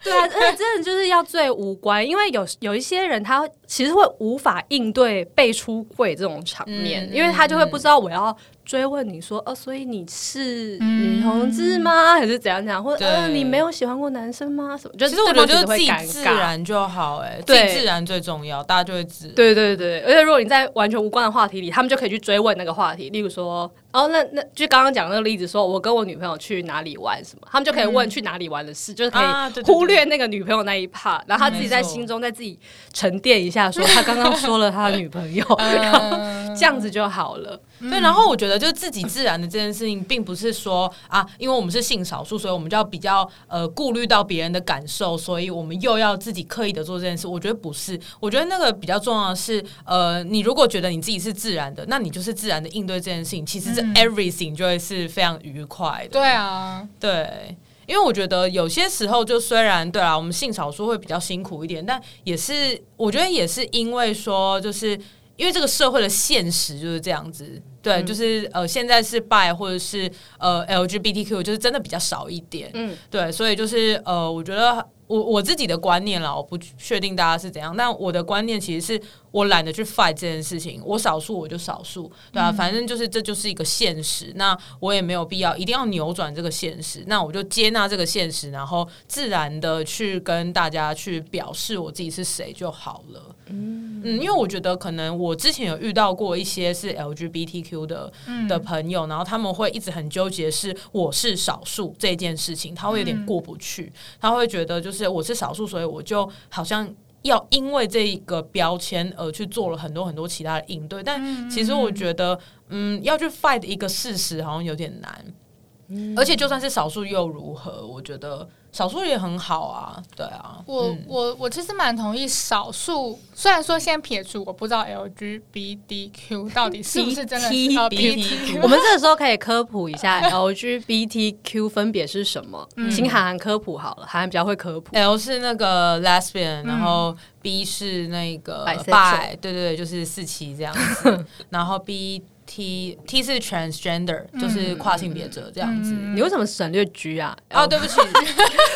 Speaker 3: 对啊，而且真的就是要最无关，因为有有一些人他其实会无法应对被出柜这种场面，
Speaker 4: 嗯
Speaker 3: 因为他就会不知道我要追问你说，呃，所以你是女同志吗？还是怎样怎样？或
Speaker 4: 嗯
Speaker 3: 者
Speaker 4: 对
Speaker 3: 呃，你没有喜欢过男生吗？什么？就
Speaker 4: 其实我觉得就
Speaker 3: 对
Speaker 4: 是
Speaker 3: 方
Speaker 4: 自己
Speaker 3: 其实会
Speaker 4: 自
Speaker 3: 尴尬
Speaker 4: 然就好、哎，自
Speaker 3: 对
Speaker 4: 己自然最重要，大家就会自
Speaker 3: 对对对，而且如果你在完全无关的话题里，他们就可以去追问那个话题，例如说，哦，那那就刚刚讲的那个例子说，我跟我女朋友去哪里玩什么，他们就可以问去哪里玩的事，就是可
Speaker 4: 嗯啊对对
Speaker 3: 以
Speaker 4: 对
Speaker 3: 忽略那个女朋友那一 part，然后他自己在心中再自己沉淀一下，说他刚刚说了他的女朋友，
Speaker 4: 嗯
Speaker 3: 然后这样子就 好了。
Speaker 4: 对。然后我觉得就是自己自然的这件事情，并不是说啊，因为我们是性少数，所以我们就要比较呃顾虑到别人的感受，所以我们又要自己刻意的做这件事。我觉得不是，我觉得那个比较重要的是，呃，你如果觉得你自己是自然的，那你就是自然的应对这件事情，其实这
Speaker 2: 嗯
Speaker 4: everything 就会是非常愉快的。
Speaker 2: 对啊，
Speaker 4: 对，因为我觉得有些时候，就虽然对啦，啊我们性少数会比较辛苦一点，但也是我觉得也是因为说，就是因为这个社会的现实就是这样子。对，
Speaker 3: 嗯
Speaker 4: 就是呃，现在是 bi 或者是呃 LGBTQ，就是真的比较少一点。
Speaker 3: 嗯，
Speaker 4: 对，所以就是呃，我觉得我我自己的观念啦，我不确定大家是怎样，但我的观念其实是我懒得去 fight 这件事情，我少数我就少数，对啊，反正就是这就是一个现实，那我也没有必要一定要扭转这个现实，那我就接纳这个现实，然后自然的去跟大家去表示我自己是谁就好了。嗯，因为我觉得可能我之前有遇到过一些是 LGBTQ 的、
Speaker 2: 嗯
Speaker 4: 的朋友，然后他们会一直很纠结是我是少数这件事情，他会有点过不去，他会觉得就是我是少数，所以我就好像。要因为这一个标签而去做了很多很多其他的应对，但其实我觉得，嗯，要去 fight 一个事实好像有点难，而且就算是少数又如何？我觉得少数也很好啊，对啊，
Speaker 2: 我
Speaker 4: 嗯
Speaker 2: 我我其实蛮同意少数，虽然说先撇除我不知道 LGBTQ 到底是不是真的
Speaker 3: BT
Speaker 2: 呃
Speaker 4: BT
Speaker 3: 我们这个时候可以科普一下 LGBTQ 分别是什么，
Speaker 4: 嗯
Speaker 3: 请涵涵科普好了，涵涵比较会科普。
Speaker 4: L 是那个 lesbian，、然后 B 是那个
Speaker 3: 嗯 Bisexual
Speaker 4: 拜，对对对，就是四期这样 子，然后 B T T 是 transgender，、就是
Speaker 3: 嗯
Speaker 4: 跨性别者这样子。
Speaker 3: 你为什么省略 G 啊？
Speaker 4: 哦，对不 起，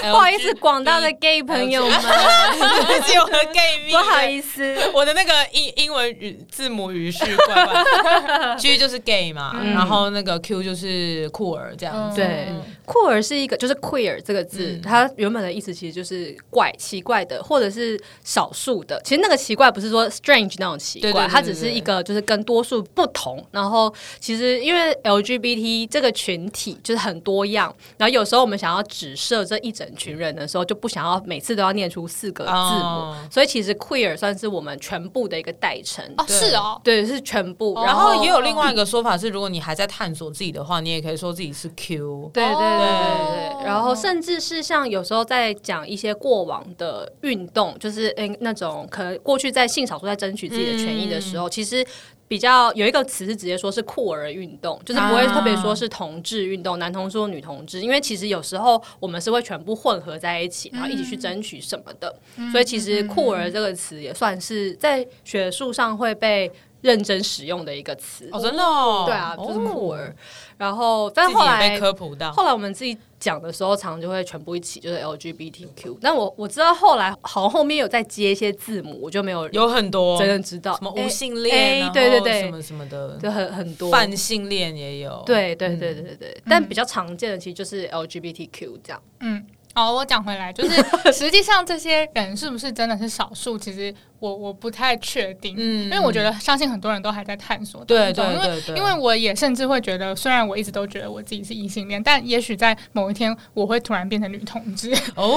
Speaker 3: 嗯不好意思，广大的 gay 朋友们，
Speaker 4: 对不起，我 的 gay 蜜，
Speaker 3: 不好意 思。
Speaker 4: 我的那个英英文语字母语序怪怪 ，G 就是 gay 嘛，
Speaker 3: 嗯
Speaker 4: 然后那个 Q 就是酷儿这样子。
Speaker 3: 对，酷儿是一个，就是 queer 这个字，
Speaker 4: 嗯
Speaker 3: 它原本的意思其实就是怪、奇怪的，或者是少数的。其实那个奇怪不是说 strange 那种奇怪，
Speaker 4: 对对对
Speaker 3: 它只是一个就是跟多数不同。然后其实因为 LGBT 这个群体就是很多样，然后有时候我们想要指涉这一整群人的时候，就不想要每次都要念出四个字母，
Speaker 4: 哦
Speaker 3: 所以其实 queer 算是我们全部的一个代称。
Speaker 2: 哦，是哦，
Speaker 3: 对，是全部。
Speaker 4: 然
Speaker 3: 然后
Speaker 4: 后也有另外一个说法是，如果你还在探索自己的话，你也可以说自己是 Q。
Speaker 3: 对对对对
Speaker 2: 哦
Speaker 3: 对，然后甚至是像有时候在讲一些过往的运动，就是嗯那种可能过去在性少数在争取自己的权益的时候，
Speaker 4: 嗯
Speaker 3: 其实。比较有一个词是直接说是酷儿运动，就是不会
Speaker 4: 啊
Speaker 3: 特别说是同志运动，男同志或女同志，因为其实有时候我们是会全部混合在一起，然后一起去争取什么的，
Speaker 4: 嗯
Speaker 3: 所以其实酷儿这个词也算是在学术上会被认真使用的一个词。
Speaker 4: 哦，真的、哦，
Speaker 3: 对啊，就是酷
Speaker 4: 哦
Speaker 3: 儿。然后，
Speaker 4: 自
Speaker 3: 但
Speaker 4: 己
Speaker 3: 后
Speaker 4: 也
Speaker 3: 来
Speaker 4: 被科普到。
Speaker 3: 后来我们自己讲的时候，常常就会全部一起，就是 LGBTQ。但我我知道后来好像后面有再接一些字母，我就没有
Speaker 4: 有很多
Speaker 3: 真的知道
Speaker 4: 什么无性
Speaker 3: 哎哎
Speaker 4: 恋，啊
Speaker 3: 对对对
Speaker 4: 什么什么的，
Speaker 3: 就很很多。
Speaker 4: 泛性恋也有，，
Speaker 3: 对对对对对对，但比较常见的其实就是 LGBTQ 这样。
Speaker 2: 嗯，好，我讲回来，就是 实际上这些人是不是真的是少数，其实我我不太确定，
Speaker 4: 嗯
Speaker 2: 因为我觉得相信很多人都还在探索
Speaker 4: 对
Speaker 2: 当中
Speaker 4: 对
Speaker 2: 因为
Speaker 4: 对对
Speaker 2: 因为我也甚至会觉得，虽然我一直都觉得我自己是异性恋，但也许在某一天我会突然变成女同志， 就
Speaker 4: 哦，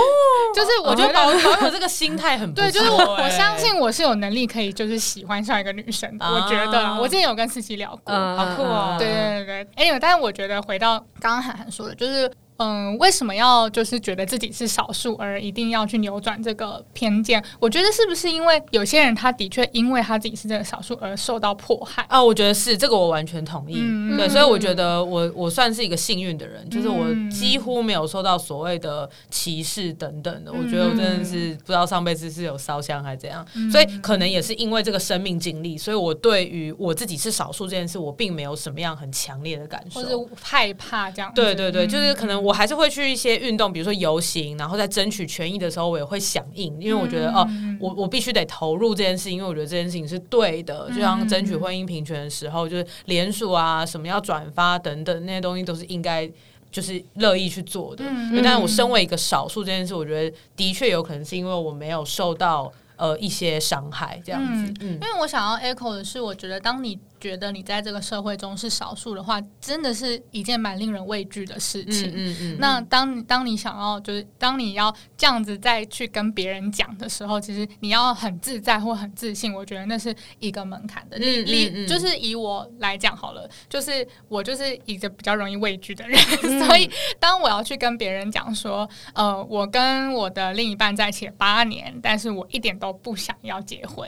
Speaker 2: 是我
Speaker 4: 我
Speaker 2: 就
Speaker 4: 觉得
Speaker 2: 保
Speaker 4: 保保有这个心态很不
Speaker 2: 对，就是我
Speaker 4: 错哎
Speaker 2: 我相信我是有能力可以就是喜欢上一个女生的，
Speaker 4: 啊
Speaker 2: 我觉得啦，我之前有跟思琪聊过，
Speaker 3: 嗯
Speaker 4: 好酷哦，
Speaker 2: 对对对对，anyway，但是我觉得回到刚刚涵涵说的，就是嗯，为什么要就是觉得自己是少数而一定要去扭转这个偏见？我觉得是不是因为有些人他的确因为他自己是这个少数而受到迫害？
Speaker 4: 啊，我觉得是这个，我完全同意。
Speaker 2: 嗯
Speaker 4: 对，
Speaker 2: 嗯
Speaker 4: 所以我觉得我我算是一个幸运的人，就是我
Speaker 2: 嗯
Speaker 4: 几乎没有受到所谓的歧视等等的。
Speaker 2: 嗯
Speaker 4: 我觉得我真的是不知道上辈子是有烧香还是怎样，所
Speaker 2: 嗯
Speaker 4: 以可能也是因为这个生命经历，所以我对于我自己是少数这件事，我并没有什么样很强烈的感受，
Speaker 2: 或是害怕这样子，
Speaker 4: 对对对，就是
Speaker 2: 嗯
Speaker 4: 可能我还是会去一些运动，比如说游行，然后在争取权益的时候，我也会响应，因为我觉
Speaker 2: 嗯
Speaker 4: 得哦，我我必须得投入这件事情，因为我觉得这件事情是对的。就像争取婚
Speaker 2: 嗯
Speaker 4: 姻平权的时候，就是联署啊，什么要转发等等那些东西，都是应该。就是乐意去做的，
Speaker 2: 嗯
Speaker 4: 对但是我身为一个少数这件事，我觉得的确有可能是因为我没有受到呃一些伤害这样子，嗯
Speaker 2: 因为我想要 echo 的是，我觉得当你觉得你在这个社会中是少数的话，真的是一件蛮令人畏惧的事情。
Speaker 4: 嗯嗯嗯，
Speaker 2: 那当你当你想要就是当你要这样子再去跟别人讲的时候，其实你要很自在或很自信，我觉得那是一个门槛的。例
Speaker 4: 嗯
Speaker 2: 例、
Speaker 4: 嗯嗯
Speaker 2: 就是以我来讲好了，就是我就是一个比较容易畏惧的人，
Speaker 4: 嗯
Speaker 2: 所以当我要去跟别人讲说，呃，我跟我的另一半在一起八年，但是我一点都不想要结婚，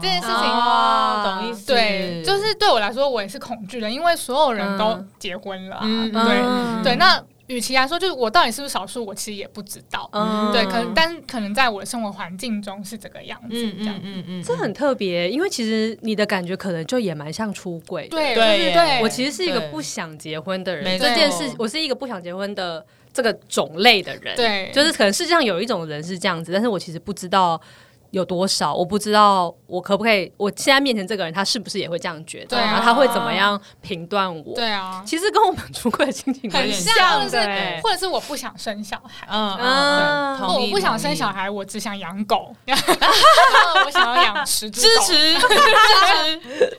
Speaker 2: 这件事情
Speaker 4: 哦懂意思，
Speaker 2: 对，就是对我来说，我也是恐惧的，因为所有人都
Speaker 3: 嗯
Speaker 2: 结婚了啊、
Speaker 4: 嗯
Speaker 2: 对、
Speaker 3: 嗯
Speaker 2: 对，那。与其来说，就是我到底是不是少数，我其实也不知道。
Speaker 4: 嗯
Speaker 2: 对，可能但可能在我的生活环境中是这个样子，这样。
Speaker 4: 嗯嗯
Speaker 3: 这很特别，因为其实你的感觉可能就也蛮像出轨。，
Speaker 2: 对，
Speaker 4: 对
Speaker 2: 就是
Speaker 4: 耶
Speaker 2: 对，
Speaker 3: 我其实是一个
Speaker 4: 对
Speaker 3: 不想结婚的
Speaker 4: 没
Speaker 3: 人，
Speaker 4: 错
Speaker 3: 这件事我是一个不想结婚的这个种类的人。，
Speaker 2: 对，
Speaker 3: 就是可能世界上有一种人是这样子，但是我其实不知道。有多少？我不知道，我可不可以？我现在面前这个人，他是不是也会这样觉得？
Speaker 2: 对啊
Speaker 3: 然后他会怎么样评断我？
Speaker 2: 对啊，
Speaker 3: 其实跟我们出轨的心情蛮
Speaker 2: 很
Speaker 3: 像
Speaker 2: 像，或者
Speaker 3: 的
Speaker 2: 是
Speaker 3: 欸
Speaker 2: 或者是我不想生小孩。
Speaker 4: 嗯
Speaker 3: 啊
Speaker 4: 嗯，
Speaker 2: 或
Speaker 4: 同
Speaker 2: 哦我
Speaker 4: 意
Speaker 2: 不想生小，
Speaker 4: 同意
Speaker 2: 孩，我只想养狗。然后我想要养十只
Speaker 4: 支
Speaker 2: 狗。
Speaker 4: 持支持，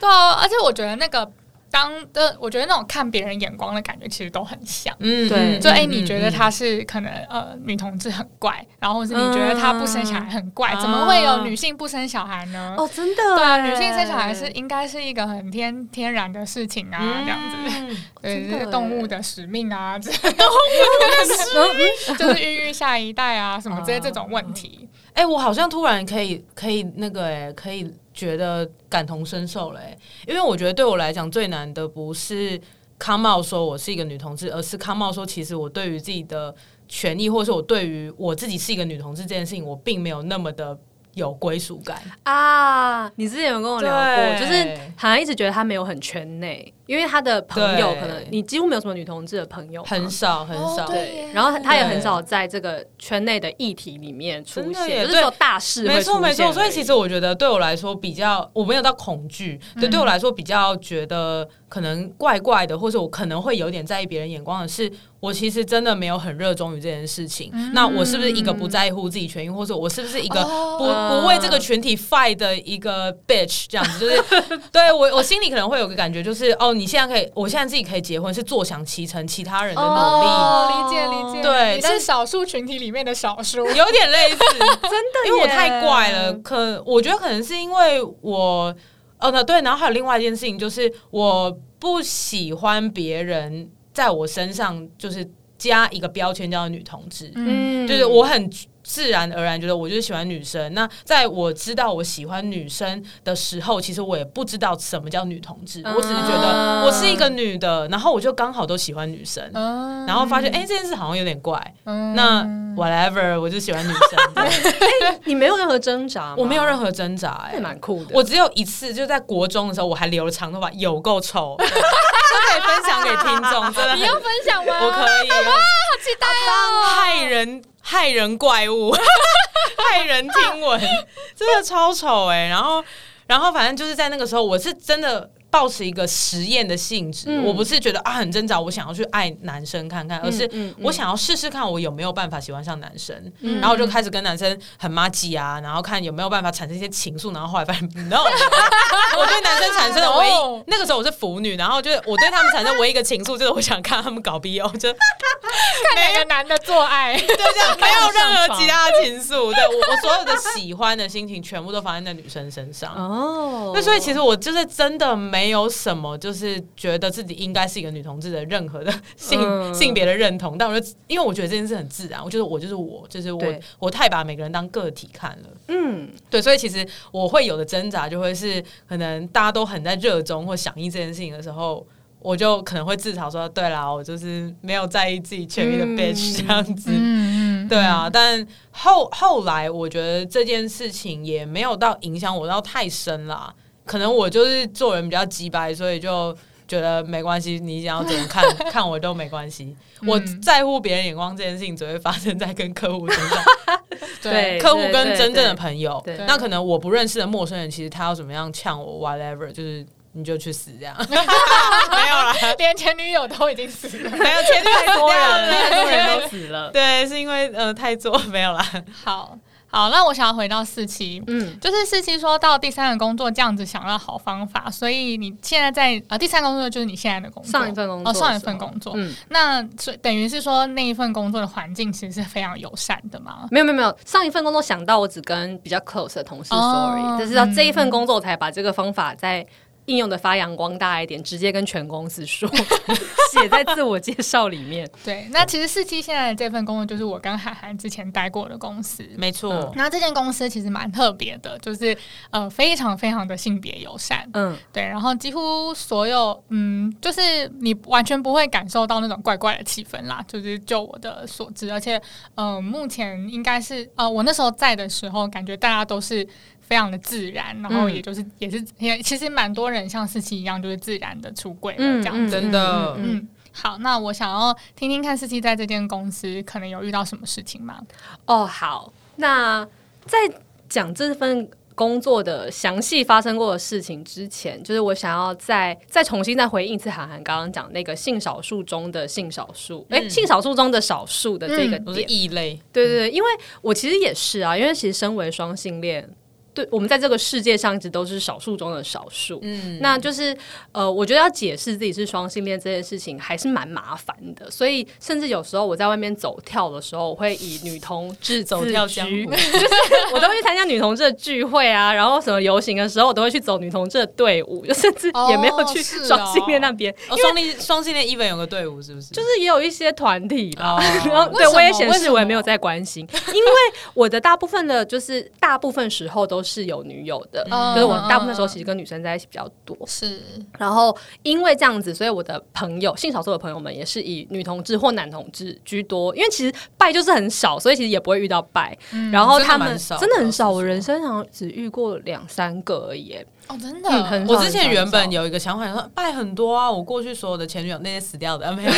Speaker 2: 对啊，而且我觉得那个当的，我觉得那种看别人眼光的感觉其实都很像。
Speaker 4: 嗯
Speaker 3: 对
Speaker 2: 就哎、你觉得她是可能呃女同志很怪，然后或是你觉得她不生小孩很怪，
Speaker 4: 嗯
Speaker 2: 怎么会有女性不生小孩呢？
Speaker 3: 哦，真的
Speaker 2: 对啊，
Speaker 3: 欸
Speaker 2: 女性生小孩是应该是一个很天天然的事情
Speaker 4: 嗯
Speaker 2: 啊，这样 子，
Speaker 4: 子，
Speaker 2: 对，
Speaker 3: 真的
Speaker 2: 是
Speaker 3: 欸
Speaker 2: 动物的使命 啊，这
Speaker 4: 嗯
Speaker 2: 就是孕育下一代啊，什么这些这种问题，
Speaker 4: 哎、我好像突然可以可以那个哎、可以觉得感同身受了哎、因为我觉得对我来讲最难的不是康茂说我是一个女同志，而是康茂说其实我对于自己的权益，或者是我对于我自己是一个女同志这件事情，我并没有那么的有归属感。
Speaker 3: 啊！你之前有跟我聊过，
Speaker 4: 对
Speaker 3: 就是好像一直觉得他没有很圈内，因为他的朋友
Speaker 4: 对
Speaker 3: 可能你几乎没有什么女同志的朋友嘛，
Speaker 4: 很少很少。
Speaker 2: 哦对
Speaker 3: 然后他也
Speaker 4: 对
Speaker 3: 很少在这个圈内的议题里面出
Speaker 4: 真的耶
Speaker 3: 现，就是
Speaker 4: 对
Speaker 3: 说大事会
Speaker 4: 没错
Speaker 3: 出
Speaker 4: 没
Speaker 3: 现
Speaker 4: 错，所以
Speaker 3: 而已
Speaker 4: 其实我觉得对我来说比较，我没有到恐惧，
Speaker 3: 嗯
Speaker 4: 对、对我来说比较觉得可能怪怪的，或者我可能会有点在意别人眼光的是，我其实真的没有很热衷于这件事情。
Speaker 3: 嗯
Speaker 4: 那我是不是一个不在乎自己权益，或者我是不是一个
Speaker 3: 哦
Speaker 4: 不、不为这个群体 fight 的一个 bitch 这样子？就是对我 我心里可能会有个感觉，就是哦，你现在可以，我现在自己可以结婚，是坐享其成其他人的努力。
Speaker 2: 哦，理解理解，
Speaker 4: 对
Speaker 2: 你
Speaker 4: 但
Speaker 2: 是少数群体里面的少 数，
Speaker 4: 有点类似，
Speaker 3: 真的，
Speaker 4: 因为我太怪了，。可我觉得可能是因为我，哦，那对，然后还有另外一件事情就是，我不喜欢别人在我身上就是加一个标签叫女同志，
Speaker 2: 嗯，
Speaker 3: 嗯
Speaker 4: 就是我很自然而然觉得我就是喜欢女生。那在我知道我喜欢女生的时候，其实我也不知道什么叫女同志，我只是觉得我是一个女的，然后我就刚好都喜欢女生，
Speaker 2: 嗯
Speaker 4: 然后发现哎、诶这件事好像有点怪，
Speaker 2: 嗯
Speaker 4: 那 whatever，我就喜欢女生。这样
Speaker 3: 哎你没有任何挣扎吗，
Speaker 4: 我没有任何挣扎、
Speaker 3: 那也
Speaker 4: 哎，
Speaker 3: 蛮酷的。
Speaker 4: 我只有一次，就在国中的时候，我还留了长头发，有够 丑，这可以分享给听众，真的
Speaker 2: 你
Speaker 4: 很
Speaker 2: 要分享
Speaker 3: 啊
Speaker 2: 吗？
Speaker 4: 我可以，
Speaker 2: 好期待哦！
Speaker 4: 害人害人怪 物，害人听闻， 真的超丑哎、然后，然后反正就是在那个时候，我是真的。抱持一个实验的性质，
Speaker 3: 嗯
Speaker 4: 我不是觉得啊很挣扎，我想要去爱男生看看，而是
Speaker 3: 嗯嗯
Speaker 4: 我想要试试看我有没有办法喜欢上男生，
Speaker 3: 嗯
Speaker 4: 然后我就开始跟男生很妈鸡啊，然后看有没有办法产生一些情愫，然后后来发现 no，我对男生产生的唯一
Speaker 2: No
Speaker 4: 那个时候我是腐女，然后就是我对他们产生唯一一个情愫就是我想看他们搞 BO，就
Speaker 2: 看两个男的做爱，
Speaker 4: 对，这 样没有任何其 他的情愫。 对我，我所有的喜欢的心情全部都发生在女生身上。
Speaker 3: 哦，
Speaker 4: 那所以其实我就是真的没有什么，就是觉得自己应该是一个女同志的任何的性、
Speaker 3: 嗯
Speaker 4: 性别的认同，但我就因为我觉得这件事很自然，我觉得我就是我，就是我
Speaker 3: 对，
Speaker 4: 我太把每个人当个体看了。
Speaker 3: 嗯，
Speaker 4: 对，所以其实我会有的挣扎就会是，可能大家都很在热衷或响应这件事情的时候，我就可能会自嘲说：“对啦，我就是没有在意自己权益的
Speaker 3: 嗯
Speaker 4: bitch 这样子。
Speaker 2: 嗯嗯，
Speaker 4: 对啊，但后后来我觉得这件事情也没有到影响我到太深啦，可能我就是做人比较急白，所以就觉得没关系，你想要怎么 看看我都没关系。
Speaker 3: 嗯
Speaker 4: 我在乎别人眼光这件事情，只会发生在跟客户身上，
Speaker 3: 对
Speaker 4: 客户跟真正的朋友
Speaker 3: 对对。
Speaker 4: 那可能我不认识的陌生人，其实他要怎么样呛我，whatever，就是你就去死这样。没有 啦，
Speaker 2: 连前女友都已经死了。
Speaker 4: 没有前女友啊
Speaker 3: 太
Speaker 4: 死掉
Speaker 3: 多人了，太多人都死了。
Speaker 4: 对，是因为呃太作没有啦。
Speaker 2: 好好，那我想要回到四期，
Speaker 3: 嗯，
Speaker 2: 就是四期说到第三个工作这样子想到好方法，所以你现在在呃第三个工作就是你现在的工作，
Speaker 3: 上一份工作
Speaker 2: 哦
Speaker 3: 的时候，
Speaker 2: 上一份工作，
Speaker 3: 嗯，
Speaker 2: 那所以等于是说那一份工作的环境其实是非常友善的嘛。
Speaker 3: 没有没有没有，上一份工作想到我只跟比较 close 的同事
Speaker 2: 哦
Speaker 3: sorry，但是到这一份
Speaker 2: 嗯
Speaker 3: 工作我才把这个方法再应用的发扬光大一点，直接跟全公司说， 写在自我介绍里面。
Speaker 2: 对，那其实四期现在的这份工作就是我跟涵涵之前待过的公司。
Speaker 4: 没错，
Speaker 2: 然后这间公司其实蛮特别的，就是呃非常非常的性别友善，
Speaker 4: 哎
Speaker 3: 嗯，
Speaker 2: 对，然后几乎所有嗯，就是你完全不会感受到那种怪怪的气氛啦，就是就我的所知，而且嗯、呃目前应该是呃我那时候在的时候，感觉大家都是。非常的自然，然后
Speaker 3: 嗯
Speaker 2: 也就是、也是也其实蛮多人像思琪一样，就是自然的出柜了
Speaker 3: 嗯
Speaker 2: 这样子。
Speaker 3: 嗯
Speaker 4: 真的
Speaker 3: 嗯嗯嗯
Speaker 2: 嗯，好，那我想要听听看四七在这间公司可能有遇到什么事情吗？
Speaker 3: 哦，好，那在讲这份工作的详细发生过的事情之前，就是我想要再再重新再回应一次韩寒刚刚讲那个性少数中的性少数，哎、性少数中的少数的这个
Speaker 4: 我是
Speaker 3: 点。
Speaker 4: 异类，
Speaker 3: 对对对，因为我其实也是啊，因为其实身为双性恋，对我们在这个世界上一直都是少数中的少数。
Speaker 4: 嗯，
Speaker 3: 那就是呃，我觉得要解释自己是双性恋这件事情还是蛮麻烦的，所以甚至有时候我在外面走跳的时候，我会以女同志
Speaker 4: 走
Speaker 3: 自
Speaker 4: 跳江
Speaker 3: 居
Speaker 4: 湖
Speaker 3: 我都会去参加女同志的聚会啊，然后什么游行的时候，我都会去走女同志的队伍，就甚至也没有去
Speaker 2: 哦是哦
Speaker 3: 双性恋那 边，
Speaker 4: 哦，双性双性恋 even 有个队伍是不是？
Speaker 3: 就是也有一些团体 啦。
Speaker 4: 哦，
Speaker 3: 然后
Speaker 2: 为
Speaker 3: 对
Speaker 2: 什么
Speaker 3: 我也显
Speaker 2: 为什
Speaker 3: 示
Speaker 2: 么
Speaker 3: 我也没有在关心，因为我的大部分的就是大部分时候都是有女友的，
Speaker 2: 嗯
Speaker 3: 就是我大部分时候其实跟女生在一起比较多。
Speaker 2: 是
Speaker 3: 然后因为这样子，所以我的朋友性少数的朋友们也是以女同志或男同志居多，因为其实拜就是很少，所以其实也不会遇到拜。然后他
Speaker 4: 嗯真的
Speaker 3: 们
Speaker 4: 蛮少的
Speaker 3: 真的很少，
Speaker 4: 老实说
Speaker 3: 我人生好像只遇过两三个而已耶。
Speaker 2: 哦，真的，
Speaker 3: 嗯很
Speaker 4: 我之前原本有一个想法，说拜很多啊，我过去所有的前女友那些死掉的、啊、 没有，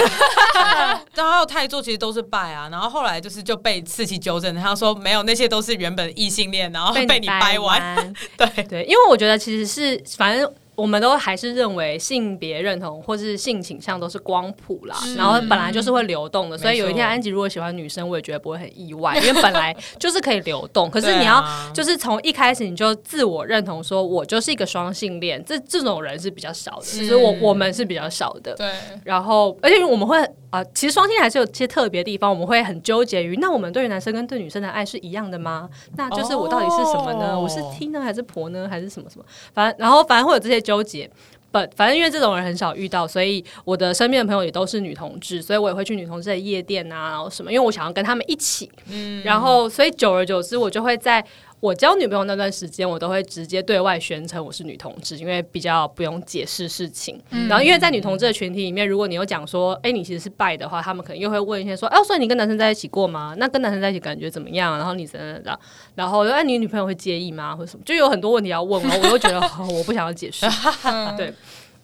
Speaker 4: 然后还有泰座其实都是拜啊，然后后来就是就被刺激纠正，他说没有，那些都是原本异性恋，然后哦被
Speaker 3: 你
Speaker 4: 你掰 完，
Speaker 3: 弯，
Speaker 4: 对，
Speaker 3: 对，因为我觉得其实是反正。我们都还是认为性别认同或是性倾向都是光谱啦，然后本来就是会流动的，所以有一天
Speaker 4: 嗯没错
Speaker 3: 安吉如果喜欢女生，我也觉得不会很意外，因为 本来就是可以流动。可是你要
Speaker 4: 对啊
Speaker 3: 就是从一开始你就自我认同，说我就是一个双性恋，这这种人是比较少的，所以我我们是比较少的。
Speaker 2: 对，
Speaker 3: 然后，而且我们会啊、呃其实双性恋还是有些特别的地方，我们会很纠结于，那我们对于男生跟对女生的爱是一样的吗？那就是我到底是什么呢？
Speaker 4: 哦
Speaker 3: 我是 T 呢，还是婆呢，还是什么什么？反正，然后反正会有这些纠结。but 反正因为这种人很少遇到，所以我的身边的朋友也都是女同志，所以我也会去女同志的夜店啊，然后什么，因为我想要跟他们一起。嗯，然后所以久而久之，我就会在我交女朋友那段时间，我都会直接对外宣称我是女同志，因为比较不用解释事情。然后因为在女同志的群体里面，如果你有讲说，哎、你其实是拜的话，他们可能又会问一些说，哦、所以你跟男生在一起过吗？那跟男生在一起感觉怎么样？然后你怎样怎样？然后哎、你女朋友会介意吗？或者什么？就有很多问题要问，然后我又觉得、哦、我不想要解释。
Speaker 2: 嗯
Speaker 3: 对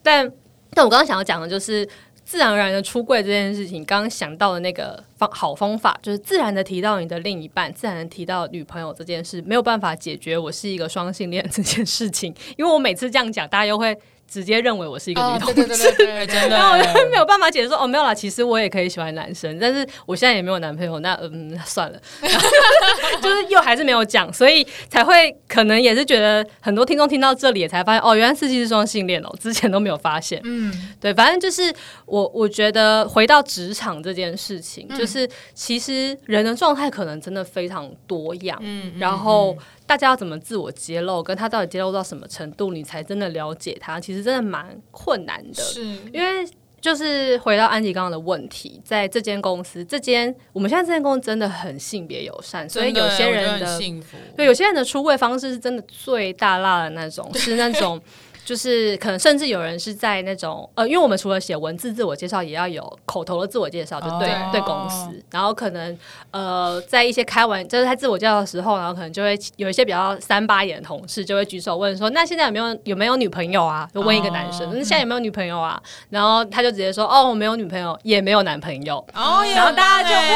Speaker 3: 但但我刚刚想要讲的就是。自然而然的出柜这件事情，刚刚想到的那个方好方法，就是自然的提到你的另一半，自然的提到女朋友这件事，没有办法解决我是一个双性恋这件事情，因为我每次这样讲，大家又会直接认为我是一个
Speaker 2: 哦
Speaker 3: 女同
Speaker 2: 对
Speaker 3: 志，
Speaker 2: 对对对对，
Speaker 4: 真
Speaker 3: 然后我
Speaker 4: 的
Speaker 3: 就没有办法解释说哦，没有啦，其实我也可以喜欢男生，但是我现在也没有男朋友，那嗯算了， 然后就是又还是没有讲，所以才会可能也是觉得很多听众听到这里也才发现哦，原来四季是双性恋哦，之前都没有发现。
Speaker 2: 嗯，
Speaker 3: 对，反正就是我，我觉得回到职场这件事情，就是其实人的状态可能真的非常多样，然后大家要怎么自我揭露，跟他到底揭露到什么程度，你才真的了解他，其实真的蛮困难的。
Speaker 2: 是
Speaker 3: 因为就是回到安吉刚刚的问题，在这间公司，这间我们现在这间公司真的很性别友善， 所以有些人
Speaker 4: 真的我觉得
Speaker 3: 的
Speaker 4: 很幸福，
Speaker 3: 对有些人的出柜方式是真的最大辣的那种，是那 种。就是可能甚至有人是在那种呃，因为我们除了写文字自我介绍，也要有口头的自我介绍，就对、
Speaker 4: 哦
Speaker 3: 对公司。然后可能呃，在一些开玩就是他自我介绍的时候，然后可能就会有一些比较三八眼的同事就会举手问说：“那现在有没有有没有女朋友啊？”就问一个男生：“
Speaker 4: 哦
Speaker 3: 那现在有没有女朋友啊？”然后他就直接说：“哦，我没有女朋友，也没有男朋友。”
Speaker 4: 哦，也
Speaker 3: 然后
Speaker 4: 很
Speaker 3: 大
Speaker 4: 棒
Speaker 3: 家就
Speaker 4: 欸也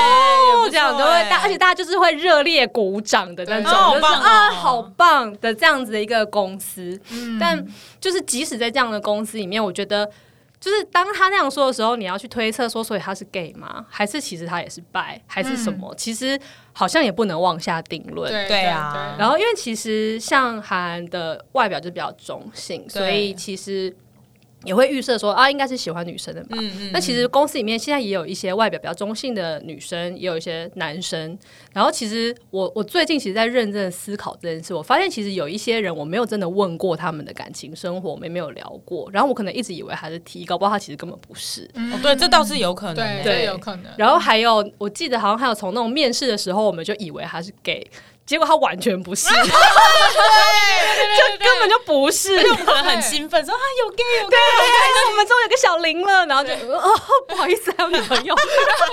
Speaker 4: 不
Speaker 3: 哦，
Speaker 4: 错
Speaker 3: 这样都会，
Speaker 4: 欸
Speaker 3: 大而且大家就是会热烈鼓掌的那
Speaker 4: 对
Speaker 3: 种，
Speaker 4: 好
Speaker 3: 就是
Speaker 4: 棒哦
Speaker 3: 啊，好棒的这样子的一个公司。
Speaker 2: 嗯
Speaker 4: 嗯
Speaker 3: 但就是即使在这样的公司里面，我觉得。就是当他那样说的时候，你要去推测说，所以他是 gay 吗？还是其实他也是 bi，还是什么？其实好像也不能妄下定论。
Speaker 2: 对
Speaker 4: 嗯对啊
Speaker 3: 然后，因为其实像韩寒的外表就比较中性，所以其实也会预设说啊，应该是喜欢女生的吧。
Speaker 4: 嗯嗯
Speaker 3: 那其实公司里面现在也有一些外表比较中性的女生，也有一些男生。然后其实我我最近其实在认真地思考这件事，我发现其实有一些人我没有真的问过他们的感情生活，我们也没有聊过。然后我可能一直以为他是 T，搞不好他其实根本不是。
Speaker 4: 哦，对，这倒是有可能
Speaker 2: 对，
Speaker 4: 欸。
Speaker 2: 这有可能。
Speaker 3: 然后还有，我记得好像还有从那种面试的时候，我们就以为他是 gay，结果他完全不是，就根本就不是。
Speaker 4: 而且我们可能很兴奋，说啊有 gay 有 gay，
Speaker 3: 对，哎我们终于有个小玲了，然后就哦，不好意思，还有女朋友，然后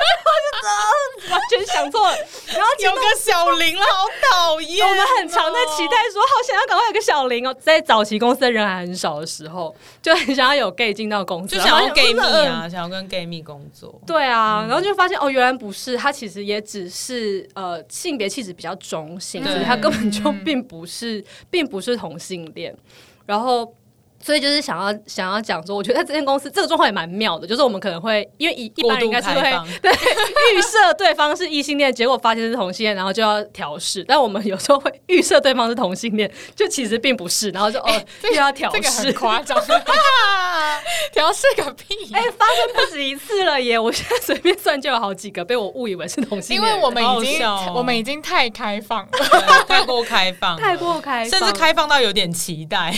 Speaker 3: 就、呃、完全想错了。然后其实
Speaker 4: 有个小玲了，好讨厌哦。
Speaker 3: 我们很常在期待说，好想要赶快有个小玲哦。在早期公司的人还很少的时候，就很想要有 gay 进到公司，
Speaker 4: 就想
Speaker 3: 然
Speaker 4: 要
Speaker 3: 后
Speaker 4: gay 蜜
Speaker 3: 嗯
Speaker 4: 啊，想要跟 gay 蜜工作。
Speaker 3: 对
Speaker 2: 嗯
Speaker 3: 啊，然后就发现哦，原来不是，他其实也只是呃性别气质比较中性，
Speaker 4: 对
Speaker 3: 所以他根本就并不是，并不是同性恋。然后。所以就是想要想要讲说，我觉得在这间公司这个状况也蛮妙的，就是我们可能会因为一一般人应该是
Speaker 4: 过度
Speaker 3: 会
Speaker 4: 开放
Speaker 3: 对预设对方是异性恋，结果发现是同性恋，然后就要调试。但我 们有时候会预设对方是同性恋，就其实并不是，然后就哦、又要调
Speaker 2: 哎这个
Speaker 3: 试
Speaker 2: 很，夸张， 调试个屁、
Speaker 3: 哎、发生不止一次了耶！我现在随便算就有好几个被我误以为是同性
Speaker 2: 因
Speaker 3: 恋人，
Speaker 2: 为我们已
Speaker 4: 好好
Speaker 2: 经、
Speaker 4: 笑哦
Speaker 2: 我们已经太开放了，
Speaker 4: 对太过开放了，
Speaker 3: 太过开
Speaker 4: 甚
Speaker 3: 放，
Speaker 4: 至开放到有点期待。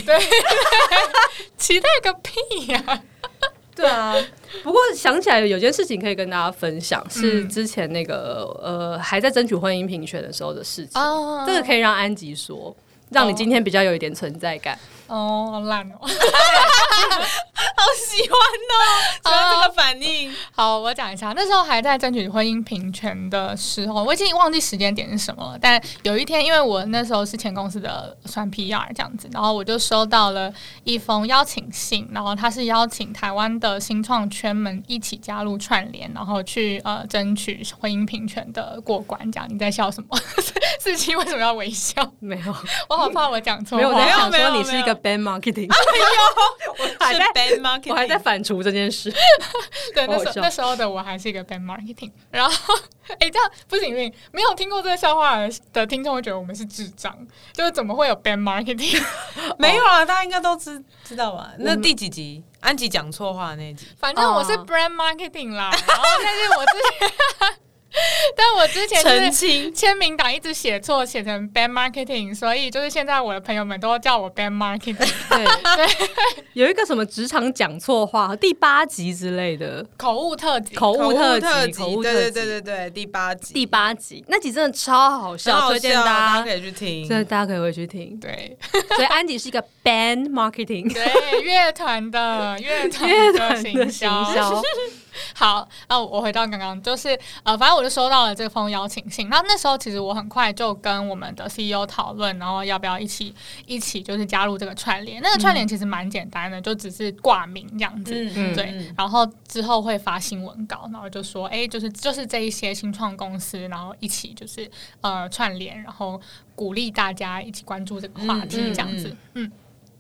Speaker 2: 期待个屁呀、
Speaker 3: 对啊。不过想起来有件事情可以跟大家分享，是
Speaker 2: 嗯
Speaker 3: 之前那个呃还在争取婚姻平权的时候的事情。
Speaker 2: 哦
Speaker 4: 哦
Speaker 3: 这个可以让安吉说，让你今天比较有一点存在感。
Speaker 2: 哦，好烂哦。
Speaker 4: 好喜欢 哦，喜
Speaker 3: 啊
Speaker 4: 欢这个反应。
Speaker 2: 好，我讲一下，那时候还在争取婚姻平权的时候，我已经忘记时间点是什么了。但有一天，因为我那时候是前公司的算 PR 这样子，然后我就收到了一封邀请信，然后他是邀请台湾的新创圈们一起加入串联，然后去呃争取婚姻平权的过关。这样你在笑什么？ 四七为什么要微 笑？
Speaker 3: 没有，
Speaker 2: 我好怕我讲错
Speaker 3: 没有我
Speaker 2: 话
Speaker 3: 在。想
Speaker 4: 没有
Speaker 3: 说你是一个 band marketing，我还
Speaker 4: 是
Speaker 3: 在
Speaker 4: bad marketing，
Speaker 3: 我还在反刍这件事。
Speaker 2: 对，那
Speaker 3: 好
Speaker 2: 时
Speaker 3: 好
Speaker 2: 候
Speaker 3: 笑
Speaker 2: 那时候的我还是一个 band marketing，然后 哎、诶这样不行不行，没有听过这个笑话的的听众会觉得我们是智障，就是怎么会有 band marketing？
Speaker 4: 没有啊，大家应该都知知道吧？
Speaker 3: 嗯
Speaker 4: 那第几集？安吉讲错话那一集，
Speaker 2: 反正我是
Speaker 3: 哦
Speaker 2: brand marketing 啦，然后但是我之前， 但我之前
Speaker 4: 澄
Speaker 2: 就是
Speaker 4: 清。
Speaker 2: 签名档一直写错，写成 band marketing，所以就是现在我的朋友们都叫我 band marketing
Speaker 3: 对， 有一个什么职场讲错话，第八集之类的
Speaker 2: 口误特辑。。
Speaker 3: 口
Speaker 4: 口
Speaker 3: 误
Speaker 4: 误
Speaker 3: 特
Speaker 4: 特
Speaker 3: 辑，口误
Speaker 4: 对对
Speaker 3: 特
Speaker 4: 对
Speaker 3: 辑。
Speaker 4: 对对，第八集，
Speaker 3: 第八集那集真的超好
Speaker 4: 很
Speaker 3: 笑，
Speaker 4: 好
Speaker 3: 推荐
Speaker 4: 笑
Speaker 3: 大
Speaker 4: 可
Speaker 3: 家，
Speaker 4: 以去听
Speaker 3: 真。的大家可以回去听
Speaker 2: 对
Speaker 3: 所以安迪是一个 band marketing
Speaker 2: 对，乐团的乐团
Speaker 3: 乐
Speaker 2: 的
Speaker 3: 团的
Speaker 2: 行销，
Speaker 3: 行销，
Speaker 2: 好，那我回到刚刚，就是呃，反正我就收到了这封邀请信。那那时候其实我很快就跟我们的 CEO 讨论，然后要不要一起一起就是加入这个串联。那个
Speaker 3: 嗯
Speaker 2: 串联其实蛮简单的，就只是挂名这样子。
Speaker 4: 嗯
Speaker 2: 对，然后之后会发新闻稿，然后就说，哎、就是就是这一些新创公司，然后一起就是呃串联，然后鼓励大家一起关注这个话题，
Speaker 4: 嗯嗯
Speaker 2: 这样子，嗯。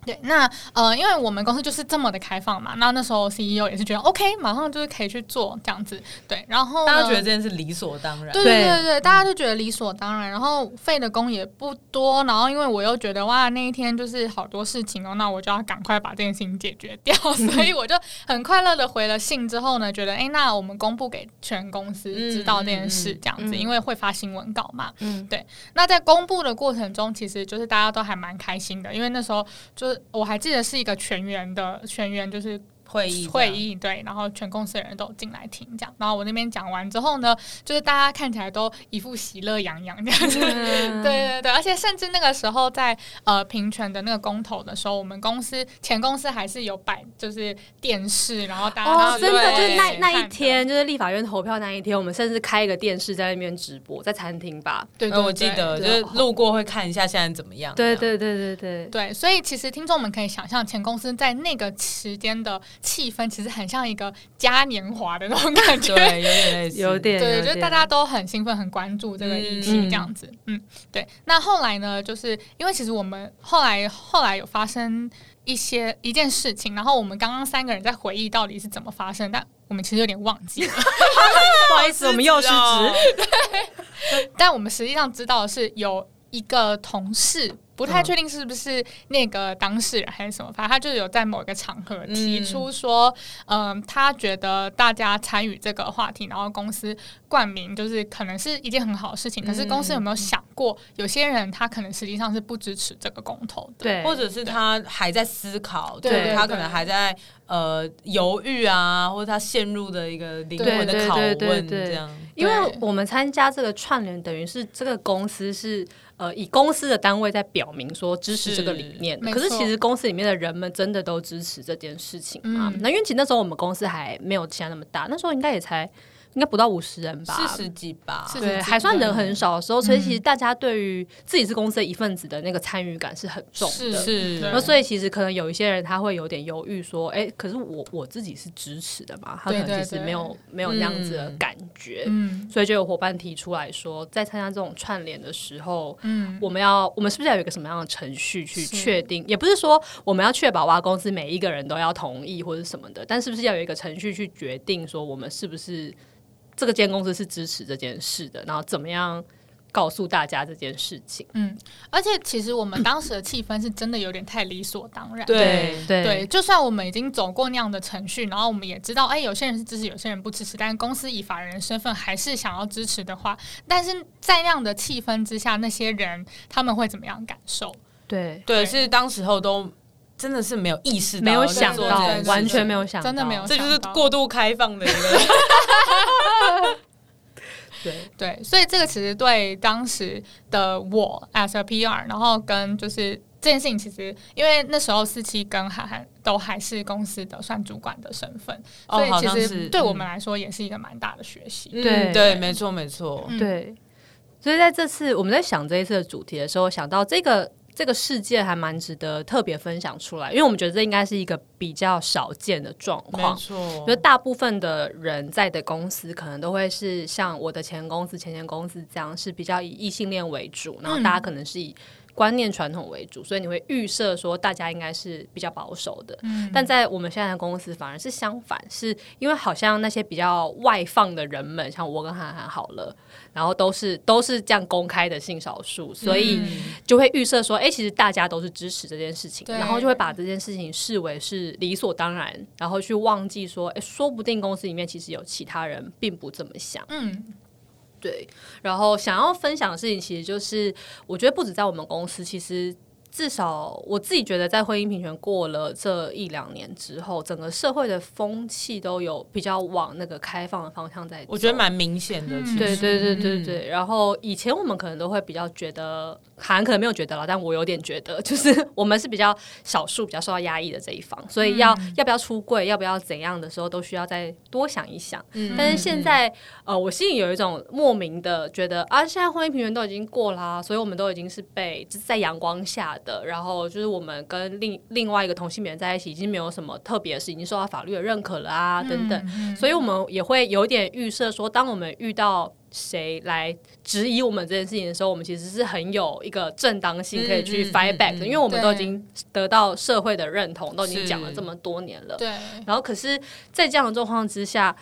Speaker 2: 对，那呃，因为我们公司就是这么的开放嘛，那那时候 CEO 也是觉得 OK，马上就是可以去做这样子，对，然后呢
Speaker 4: 大家觉得这件事理所当然。
Speaker 2: 对
Speaker 3: 对
Speaker 2: 对对对，大家就觉得理所当然，然后费的工也不多，然后因为我又觉得哇，那一天就是好多事情哦，那我就要赶快把这件事情解决 掉，所以我就很快乐的回了信之后呢，觉得哎、诶那我们公布给全公司知道这件
Speaker 4: 嗯
Speaker 2: 事
Speaker 4: 嗯嗯
Speaker 2: 这样子，
Speaker 3: 嗯
Speaker 2: 因为会发新闻稿嘛。
Speaker 3: 嗯，
Speaker 2: 那在公布的过程中，其实就是大家都还蛮开心的，因为那时候就是我还记得是一个全员的全员就是
Speaker 4: 会议
Speaker 2: 会议对，然后全公司的人都有进来听这样。然后我那边讲完之后呢，就是大家看起来都一副喜乐洋洋这样子。 嗯 对啊对对，而且甚至那个时候在呃平权的那个公投的时候，我们公司前公司还是有摆就是电视，然后大家
Speaker 3: 哦，
Speaker 2: 都
Speaker 3: 真的
Speaker 2: 对
Speaker 3: 就是那
Speaker 2: 一起
Speaker 3: 那一
Speaker 2: 看的
Speaker 3: 天，就是立法院投票那一天，我们甚至开一个电视在那边直播，在餐厅吧。
Speaker 2: 对对
Speaker 4: 呃，我记
Speaker 2: 对
Speaker 4: 得就
Speaker 3: 对
Speaker 4: 是路过会看一下现在怎么样。
Speaker 3: 对
Speaker 4: 这样，
Speaker 3: 对对对对，
Speaker 2: 对，所以其实听众们可以想象，前公司在那个时间的气氛，其实很像一个嘉年华的那种感觉。
Speaker 4: 对，有点类似，
Speaker 3: 有点
Speaker 2: 对，
Speaker 3: 有
Speaker 2: 就是
Speaker 3: 点
Speaker 2: 大家都很兴奋，很关注这个议题
Speaker 3: 嗯
Speaker 2: 这样子。嗯对。那后来呢，就是因为其实我们后来后来有发生一些一件事情，然后我们刚刚三个人在回忆到底是怎么发生，但我们其实有点忘记了。
Speaker 3: 不好意思，我们又失
Speaker 4: 失职哦
Speaker 3: 职，
Speaker 2: 但我们实际上知道的是有一个同事，不太确定是不是那个当事人还是什么，反正他就是有在某一个场合提出说，嗯，他觉得大家参与这个话题，然后公司冠名就是可能是一件很好的事情，可是公司有没有想过，有些人他可能实际上是不支持这个公投的，
Speaker 3: 对，
Speaker 4: 或者是他还在思考，
Speaker 2: 对
Speaker 4: 就是
Speaker 2: 对
Speaker 4: 他
Speaker 2: 对
Speaker 4: 可能还在呃犹豫啊，或者他陷入的一个灵魂的
Speaker 3: 对对
Speaker 4: 拷
Speaker 3: 对对
Speaker 4: 问
Speaker 3: 对
Speaker 4: 这样。
Speaker 3: 因为我们参加这个串联，等于是这个公司是呃以公司的单位在表明说支持这个理念的
Speaker 2: 是没
Speaker 3: 可
Speaker 2: 错
Speaker 3: 是其实公司里面的人们真的都支持这件事情吗？
Speaker 2: 嗯
Speaker 3: 那因为其实那时候我们公司还没有现在那么大，那时候应该也才应该不到五十人吧，
Speaker 4: 四十几吧，
Speaker 2: 是
Speaker 3: 对，还算人很少的时候，
Speaker 2: 嗯
Speaker 3: 所以其实大家对于自己是公司的一份子的那个参与感是很重的。
Speaker 2: 是
Speaker 4: 是
Speaker 2: 对
Speaker 3: 然后，所以其实可能有一些人他会有点犹豫，说：“哎、可是我我自己是支持的嘛，他可
Speaker 2: 对
Speaker 3: 能
Speaker 2: 对
Speaker 3: 其实
Speaker 2: 对
Speaker 3: 没有没有那样子的
Speaker 4: 嗯
Speaker 3: 感觉。
Speaker 2: 嗯
Speaker 3: 所以就有伙伴提出来说，在参加这种串联的时候，
Speaker 2: 嗯，
Speaker 3: 我们要我们是不是要有一个什么样的程序去
Speaker 2: 是
Speaker 3: 确定？也不是说我们要确保挖公司每一个人都要同意或者什么的，但是不是要有一个程序去决定说我们是不是这个间公司是支持这件事的，然后怎么样告诉大家这件事情？
Speaker 2: 嗯，而且其实我们当时的气氛是真的有点太理所当然，
Speaker 4: 对
Speaker 3: 对
Speaker 2: 对，就算我们已经走过那样的程序，然后我们也知道，哎，有些人是支持，有些人不支持，但是公司以法人的身份还是想要支持的话，但是在那样的气氛之下，那些人他们会怎么样感受？
Speaker 3: 对
Speaker 4: 对，
Speaker 2: 对
Speaker 4: 是当时候都真的是没有意识到，
Speaker 3: 没有想
Speaker 4: 做
Speaker 3: 到
Speaker 4: 这件事，情
Speaker 3: 完全没有想到，
Speaker 2: 真的没有
Speaker 4: 这就是
Speaker 2: 想到
Speaker 4: 过度开放的一 个。
Speaker 3: 对
Speaker 2: 对，所以这个其实对当时的我 as a PR，然后跟就是这件事情，其实因为那时候思琪跟涵涵都还是公司的算主管的身份，
Speaker 4: 哦
Speaker 2: 所以
Speaker 4: 好
Speaker 2: 其
Speaker 4: 像
Speaker 2: 实
Speaker 4: 是
Speaker 2: 对我
Speaker 4: 嗯
Speaker 2: 们来说也是一个蛮大的学习。
Speaker 3: 对
Speaker 4: 嗯对，没错没错，
Speaker 2: 嗯
Speaker 3: 对，所以在这次我们在想这一次的主题的时候，想到这个这个事件还蛮值得特别分享出来，因为我们觉得这应该是一个比较少见的状
Speaker 4: 没
Speaker 3: 况。
Speaker 4: 错
Speaker 3: 觉得。大部分的人在的公司，可能都会是像我的前公司、前前公司这样，是比较以异性恋为主，
Speaker 4: 嗯
Speaker 3: 然后大家可能是以观念传统为主，所以你会预设说大家应该是比较保守的。
Speaker 2: 嗯
Speaker 3: 但在我们现在的公司反而是相反，是因为好像那些比较外放的人们，像我跟涵涵好了，然后都是都是这样公开的性少数，所以就会预设说，哎、其实大家都是支持这件事情，
Speaker 2: 嗯对
Speaker 3: 然后就会把这件事情视为是理所当然，然后去忘记说，哎、说不定公司里面其实有其他人并不这么想。
Speaker 2: 嗯，
Speaker 3: 对，然后想要分享的事情，其实就是我觉得不止在我们公司，其实至少我自己觉得，在婚姻平权过了这一两年之后，整个社会的风气都有比较往那个开放的方向在走。
Speaker 4: 我觉得蛮明显的，
Speaker 2: 嗯
Speaker 4: 其实
Speaker 3: 对对对对
Speaker 4: 嗯
Speaker 3: 对，然后以前我们可能都会比较觉得，韩可能没有觉得了，但我有点觉得，就是我们是比较少数、比较受到压抑的这一方，所以要、要不要出柜，要不要怎样的时候，都需要再多想一想。
Speaker 4: 嗯
Speaker 3: 但是现在，呃，我心里有一种莫名的觉得啊，现在婚姻平权都已经过啦、所以我们都已经是被就是在阳光下的，然后就是我们跟另另外一个同性恋在一起，已经没有什么特别的事，已经受到法律的认可了啊，等等。
Speaker 2: 嗯
Speaker 3: 所以我们也会有点预设说，当我们遇到谁来质疑我们这件事情的时候，我们其实是很有一个正当性可以去
Speaker 4: 嗯嗯嗯
Speaker 3: fight back 的，
Speaker 4: 嗯
Speaker 3: 因为我们都已
Speaker 2: 对
Speaker 3: 经得到社会的认同，都已经
Speaker 4: 是
Speaker 3: 讲了这么多年了。
Speaker 2: 对，
Speaker 3: 然后可是，在这样的状况之下，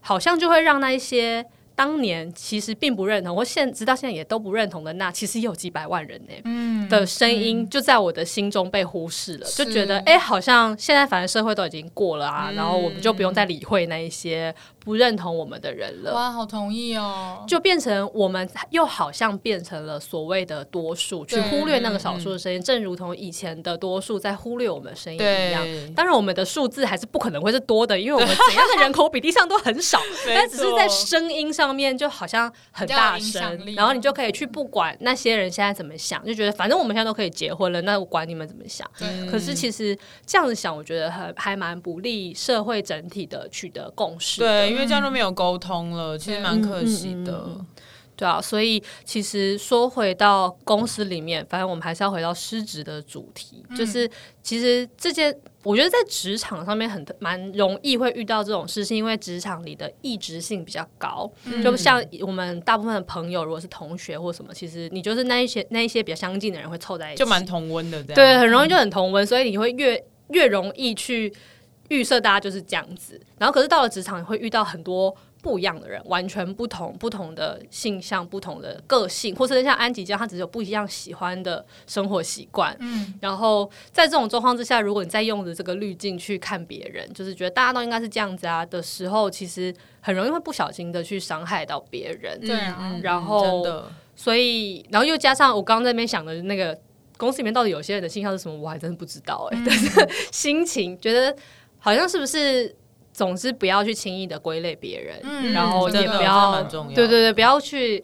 Speaker 3: 好像就会让那一些当年其实并不认同，或现直到现在也都不认同的那，其实也有几百万人呢、
Speaker 2: 嗯
Speaker 3: 的声音就在我的心中被忽视了，
Speaker 2: 是
Speaker 3: 就觉得哎、诶好像现在反正社会都已经过了啊，
Speaker 4: 嗯
Speaker 3: 然后我们就不用再理会那一些不认同我们的人了。
Speaker 2: 哇，好同意哦，
Speaker 3: 就变成我们又好像变成了所谓的多数，去
Speaker 2: 对
Speaker 3: 忽略那个少数的
Speaker 2: 嗯
Speaker 3: 声音，正如同以前的多数在忽略我们的声音一样。
Speaker 4: 对，
Speaker 3: 当然，我们的数字还是不可能会是多的，因为我们怎样的人口比例上都很少，
Speaker 4: 没
Speaker 3: 但只是在
Speaker 4: 错
Speaker 3: 声音上面就好像很大
Speaker 2: 比较有影响
Speaker 3: 声，
Speaker 2: 力
Speaker 3: 然后你就可以去不管那些人现在怎么想，就觉得反正我们现在都可以结婚了，那我管你们怎么想。
Speaker 4: 嗯
Speaker 2: 对
Speaker 3: 可是其实这样子想，我觉得还还蛮不利社会整体的取得共识的。
Speaker 4: 对，因为这样就没有沟通了，其实蛮可惜
Speaker 3: 嗯嗯嗯
Speaker 4: 的。
Speaker 3: 对啊，所以其实说回到公司里面，反正我们还是要回到失职的主题，
Speaker 4: 嗯
Speaker 3: 就是其实这件。我觉得在职场上面很蛮容易会遇到这种事，是因为职场里的异质性比较高。
Speaker 2: 嗯
Speaker 4: 嗯
Speaker 3: 就不像我们大部分的朋友，如果是同学或什么，其实你就是那一些那一些比较相近的人会凑在一起，
Speaker 4: 就蛮同温的这样。
Speaker 3: 对，很容易就很同温，所以你会越越容易去预设大家就是这样子。然后可是到了职场，你会遇到很多不一样的人，完全不同、不同的性向、不同的个性，或是像安吉这样，他只是有不一样喜欢的生活习惯。
Speaker 2: 嗯，
Speaker 3: 然后在这种状况之下，如果你再用着这个滤镜去看别人，就是觉得大家都应该是这样子啊的时候，其实很容易会不小心的去伤害到别人。
Speaker 2: 对啊
Speaker 3: 然后
Speaker 4: 真的
Speaker 3: 所以，然后又加上我刚刚在那边想的那个公司里面到底有些人的性向是什么，我还真的不知道
Speaker 4: 嗯
Speaker 3: 哎、但是心情觉得好像是不是，总之不要去轻易的归类别人，
Speaker 2: 嗯
Speaker 3: 然后
Speaker 4: 真
Speaker 3: 也
Speaker 4: 的
Speaker 3: 不
Speaker 4: 这
Speaker 3: 要
Speaker 4: 蛮重要的
Speaker 3: 对对对，不要去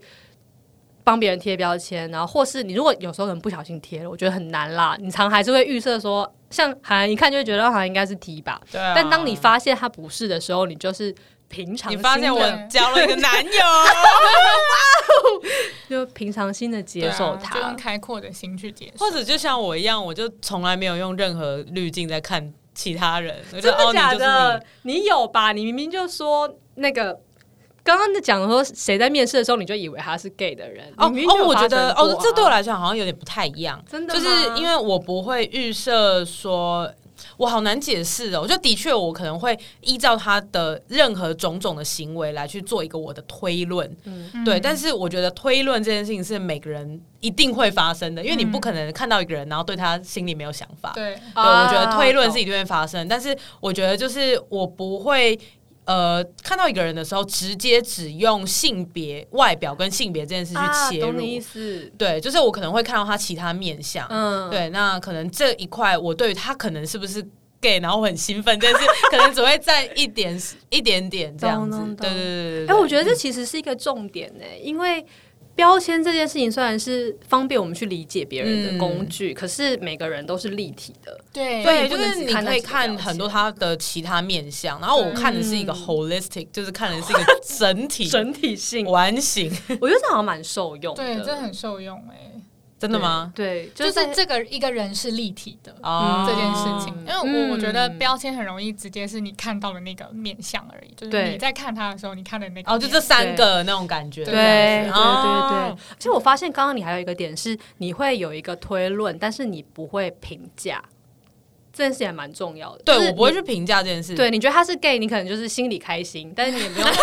Speaker 3: 帮别人贴标签，然后或是你如果有时候很不小心贴了，我觉得很难啦，你常还是会预设说，像韩寒一看就会觉得哦好像应该是 T 吧，
Speaker 4: 对啊
Speaker 3: 但当你发现他不是的时候，你就是平常
Speaker 4: 你
Speaker 3: 心
Speaker 4: 发现我
Speaker 3: 的
Speaker 4: 交了一个男友，
Speaker 3: 就平常心的
Speaker 2: 对
Speaker 3: 接
Speaker 2: 啊
Speaker 3: 受他，
Speaker 2: 就用开阔的心去接受
Speaker 4: 或。者就像我一样，我就从来没有用任何滤镜在看其他人，我就
Speaker 3: 真的假
Speaker 4: 哦
Speaker 3: 的？你有吧？你明明就说那个。刚刚在讲说谁在面试的时候你就以为他是 gay 的人
Speaker 4: 哦
Speaker 3: 你明明就
Speaker 4: 哦，
Speaker 3: 有
Speaker 4: 我
Speaker 3: 发
Speaker 4: 觉
Speaker 3: 生
Speaker 4: 得
Speaker 3: 过啊
Speaker 4: 哦，这对我来讲好像有点不太一样，
Speaker 3: 真的
Speaker 4: 就
Speaker 3: 吗
Speaker 4: 是因为我不会预设说。我好难解释哦，就的确我可能会依照他的任何种种的行为来去做一个我的推论，
Speaker 2: 嗯
Speaker 4: 对，但是我觉得推论这件事情是每个人一定会发生的，因为你
Speaker 3: 嗯
Speaker 4: 不可能看到一个人，然后对他心里没有想法。
Speaker 2: 对，
Speaker 4: 对，我觉得
Speaker 3: 啊
Speaker 4: 推论是
Speaker 3: 懂
Speaker 4: 一定会发生，但是我觉得就是我不会。呃，看到一个人的时候，直接只用性别、外表跟性别这件事去
Speaker 3: 啊
Speaker 4: 切
Speaker 3: 懂
Speaker 4: 入，
Speaker 3: 你意思？
Speaker 4: 对，就是我可能会看到他其他面相，
Speaker 3: 嗯，
Speaker 4: 对，那可能这一块我对于他可能是不是 gay，然后我很兴奋，但是可能只会占一点 一点点这样子
Speaker 3: 懂懂，
Speaker 4: 对对对对嗯
Speaker 3: 哎、
Speaker 4: 对。
Speaker 3: 我觉得这其实是一个重点呢、因为标签这件事情虽然是方便我们去理解别人的工
Speaker 4: 嗯
Speaker 3: 具，可是每个人都是立体的，
Speaker 2: 对
Speaker 3: 所以
Speaker 4: 对，
Speaker 3: 你
Speaker 4: 就
Speaker 3: 不能
Speaker 4: 是
Speaker 3: 只
Speaker 4: 你
Speaker 3: 看那
Speaker 4: 可以
Speaker 3: 几个
Speaker 4: 看
Speaker 3: 标
Speaker 4: 很多
Speaker 3: 签
Speaker 4: 他的其他面相，然后我
Speaker 2: 对
Speaker 4: 看的是一个
Speaker 3: 嗯
Speaker 4: holistic，就是看的是一个整体
Speaker 3: 整体性，我
Speaker 4: 完形，
Speaker 3: 觉得这好像蛮受用的。
Speaker 2: 对，这很受用哎，
Speaker 4: 真的吗？
Speaker 3: 对，
Speaker 2: 就是
Speaker 3: 在
Speaker 2: 这个一个人是立体的。
Speaker 4: 啊
Speaker 2: 这件事情，因为
Speaker 3: 嗯
Speaker 2: 我我觉得标签很容易直接是你看到的那个面相而已，就是
Speaker 3: 对
Speaker 2: 你在看他的时候，你看的那个面。
Speaker 4: 哦，就这三个那种感觉，
Speaker 2: 对
Speaker 3: 对对对
Speaker 4: 哦
Speaker 3: 对，而且我发现刚刚你还有一个点是，你会有一个推论，但是你不会评价，这件事情还蛮重要的。
Speaker 4: 对
Speaker 3: 就是
Speaker 4: 我不会
Speaker 3: 你
Speaker 4: 去评价这件事，
Speaker 3: 对，你觉得他是 gay，你可能就是心里开心，但是你也 没有觉得，